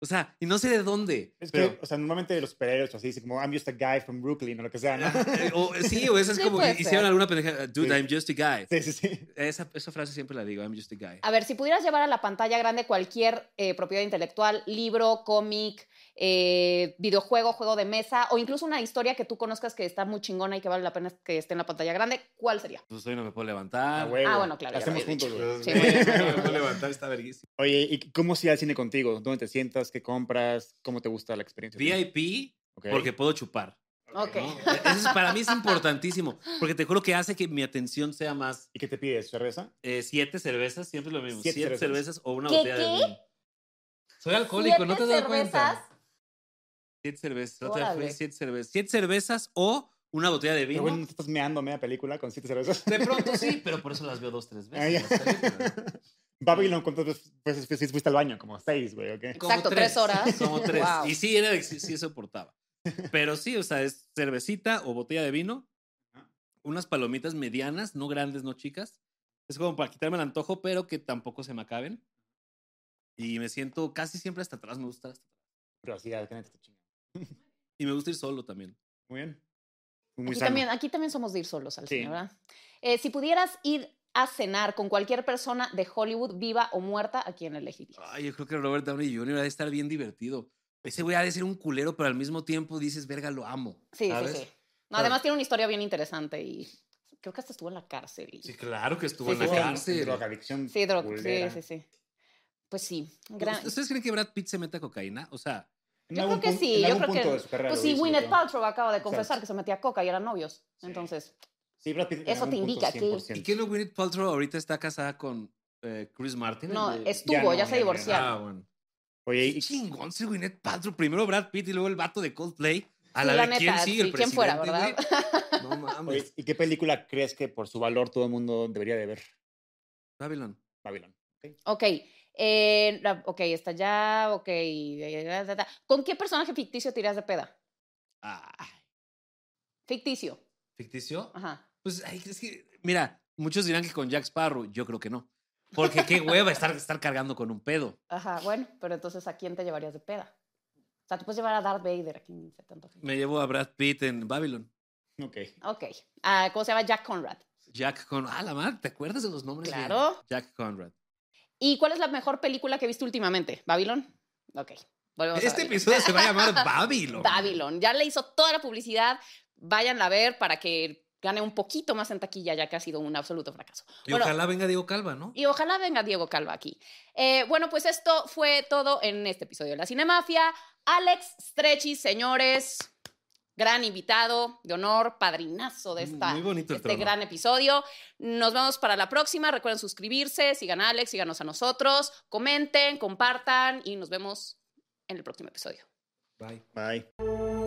Speaker 3: O sea, y no sé de dónde.
Speaker 1: Es
Speaker 3: pero-
Speaker 1: que, o sea, normalmente los superhéroes así dicen como I'm just a guy from Brooklyn o lo que sea, ¿no?
Speaker 3: Eh, o- sí, o eso es
Speaker 2: Sí,
Speaker 3: como
Speaker 2: puede
Speaker 3: que hicieron
Speaker 2: ser.
Speaker 3: alguna pendeja. Dude,
Speaker 1: Sí.
Speaker 3: I'm just a guy.
Speaker 1: sí, sí, sí.
Speaker 3: Esa, esa frase siempre la digo, I'm just a guy.
Speaker 2: A ver, si pudieras llevar a la pantalla grande cualquier eh, propiedad intelectual, libro, cómic, eh, videojuego, juego de mesa o incluso una historia que tú conozcas que está muy chingona y que vale la pena que esté en la pantalla grande, ¿cuál sería?
Speaker 3: Pues hoy no me puedo
Speaker 1: A
Speaker 3: levantar.
Speaker 1: huevo.
Speaker 2: Ah, bueno, claro,
Speaker 1: Lo
Speaker 2: ya lo
Speaker 1: hacemos
Speaker 2: había
Speaker 1: juntos, güey.
Speaker 2: Sí.
Speaker 3: no me puedo levantar, está verguísimo.
Speaker 1: Oye, ¿y cómo se va al cine contigo? ¿Dónde te sientas? ¿Qué compras? ¿Cómo te gusta la experiencia?
Speaker 3: VIP,
Speaker 1: Ok.
Speaker 3: porque puedo chupar.
Speaker 2: Ok.
Speaker 3: ¿no? E-, Eso es- para mí es importantísimo, porque te juro que hace que mi atención sea más
Speaker 1: ¿Y qué te pides? ¿Cerveza?
Speaker 3: eh, siete cervezas, siempre es lo mismo.
Speaker 1: Siete
Speaker 3: Siete,
Speaker 1: cervezas.
Speaker 3: cervezas. o una
Speaker 2: ¿Qué,
Speaker 3: botella de
Speaker 2: qué?
Speaker 3: vino. Soy alcohólico, ¿no te has
Speaker 2: Siete
Speaker 3: dado cuenta?
Speaker 2: cervezas.
Speaker 3: Siete cervezas. la otra vez
Speaker 2: Órale.
Speaker 3: fue siete cervezas. Siete cervezas o una botella de
Speaker 1: Pero
Speaker 3: vino.
Speaker 1: bueno, ¿no te estás meando media película con siete cervezas.
Speaker 3: De pronto sí, pues, pero por eso las veo dos, tres
Speaker 1: Ah,
Speaker 3: veces.
Speaker 1: ya.
Speaker 3: las películas.
Speaker 1: Babylon, ¿cuántas veces veces fuiste fuiste al baño? Como seis, güey, ¿ok?
Speaker 2: Como Exacto, tres horas.
Speaker 3: Como tres.
Speaker 2: Wow.
Speaker 3: Y sí, era, de- sí, sí soportaba. Pero sí, o sea, es cervecita o botella de vino, unas palomitas medianas, no grandes, no chicas. Es como para quitarme el antojo, pero que tampoco se me acaben. Y me siento casi siempre hasta atrás, me gusta. hasta-
Speaker 1: Pero así, ya, que neta, está chingón.
Speaker 3: Y me gusta ir solo también.
Speaker 1: Muy bien. Muy
Speaker 2: Aquí
Speaker 1: sano.
Speaker 2: también, aquí también somos de ir solos al
Speaker 1: Sí.
Speaker 2: cine, ¿verdad? Eh, si pudieras ir a cenar con cualquier persona de Hollywood, viva o muerta, ¿a quién elegirías?
Speaker 3: Ay, yo creo que Robert Downey Jr. ha de estar bien divertido. Ese güey ha de ser un culero, pero al mismo tiempo dices, verga, lo amo.
Speaker 2: Sí,
Speaker 3: ¿sabes?
Speaker 2: sí, sí. No,
Speaker 3: Claro.
Speaker 2: además tiene una historia bien interesante y creo que hasta estuvo en la cárcel. y-
Speaker 3: Sí, claro que estuvo
Speaker 2: Sí,
Speaker 3: en la
Speaker 2: sí, sí.
Speaker 3: cárcel.
Speaker 1: Drogadicción.
Speaker 2: Sí, droga.
Speaker 1: culera.
Speaker 2: Sí, sí, sí. Pues sí. gran-
Speaker 3: ¿Ustedes creen que Brad Pitt se meta cocaína? O sea,
Speaker 1: En
Speaker 2: Yo
Speaker 1: algún
Speaker 2: creo que
Speaker 1: punto-
Speaker 2: sí,
Speaker 1: en
Speaker 2: yo
Speaker 1: algún
Speaker 2: creo que-
Speaker 1: punto de su carrera
Speaker 2: Pues
Speaker 1: lo
Speaker 2: sí,
Speaker 1: hizo,
Speaker 2: Gwyneth
Speaker 1: ¿no?
Speaker 2: Paltrow acaba de confesar
Speaker 1: Exacto.
Speaker 2: que se metía coca y eran novios.
Speaker 1: Sí.
Speaker 2: Entonces,
Speaker 1: Sí, Brad Pitt en
Speaker 2: Eso
Speaker 1: algún
Speaker 2: te
Speaker 1: punto
Speaker 2: indica que-
Speaker 1: 100%.
Speaker 3: ¿Y qué no Gwyneth Paltrow ahorita está casada con eh, Chris Martin? el
Speaker 2: no,
Speaker 3: de-
Speaker 2: estuvo, ya,
Speaker 1: no, ya,
Speaker 2: se
Speaker 1: ya.
Speaker 2: divorciaron.
Speaker 3: Ah, bueno.
Speaker 1: Oye,
Speaker 3: Qué
Speaker 1: ¿y
Speaker 3: chingón ser Gwyneth Paltrow. Primero Brad Pitt y luego el vato de Coldplay. A
Speaker 2: Sí,
Speaker 3: la,
Speaker 2: la
Speaker 3: de quién
Speaker 2: neta,
Speaker 3: sigue el
Speaker 2: sí, ¿quién fuera,
Speaker 3: presidente, güey? No
Speaker 1: Oye,
Speaker 3: mames.
Speaker 1: ¿y qué película crees que por su valor todo el mundo debería de ver?
Speaker 3: Babylon.
Speaker 1: Babylon.
Speaker 2: Ok. eh, la- ok, está ya, ok. eh, da, da, da. ¿Con qué personaje ficticio tiras de peda?
Speaker 3: Ay,
Speaker 2: Ficticio.
Speaker 3: ¿Ficticio?
Speaker 2: Ajá.
Speaker 3: Pues ay, es que, mira, muchos dirán que con Jack Sparrow. Yo creo que no. Porque qué hueva estar, estar cargando con un pedo.
Speaker 2: Ajá, bueno, pero entonces ¿a quién te llevarías de peda? O sea, te puedes llevar a Darth Vader, a quien se tanto.
Speaker 3: Me llevo a Brad Pitt en Babylon.
Speaker 1: Ok.
Speaker 2: Ok. Ah, ¿Cómo se llama? Jack Conrad.
Speaker 3: Jack Conrad. Ah, la madre, ¿te acuerdas de los nombres? bien?
Speaker 2: Claro.
Speaker 3: Jack Conrad.
Speaker 2: ¿Y cuál es la mejor película que viste últimamente? ¿Babilón? Ok. Volvemos a
Speaker 3: Este
Speaker 2: Babylon.
Speaker 3: episodio se va a llamar Babylon.
Speaker 2: Babylon. Ya le hizo toda la publicidad. Váyanla a ver para que gane un poquito más en taquilla, ya que ha sido un absoluto fracaso.
Speaker 3: Y
Speaker 2: Bueno,
Speaker 3: ojalá venga Diego Calva, ¿no?
Speaker 2: y ojalá venga Diego Calva aquí. Eh, bueno, pues esto fue todo en este episodio de La Cinemafia. Alex Strechi, señores, gran invitado de honor, padrinazo de esta,
Speaker 3: Muy bonito el
Speaker 2: este
Speaker 3: trono.
Speaker 2: gran episodio. Nos vemos para la próxima. Recuerden suscribirse, sigan a Alex, síganos a nosotros, comenten, compartan y nos vemos en el próximo episodio.
Speaker 3: Bye.
Speaker 1: Bye.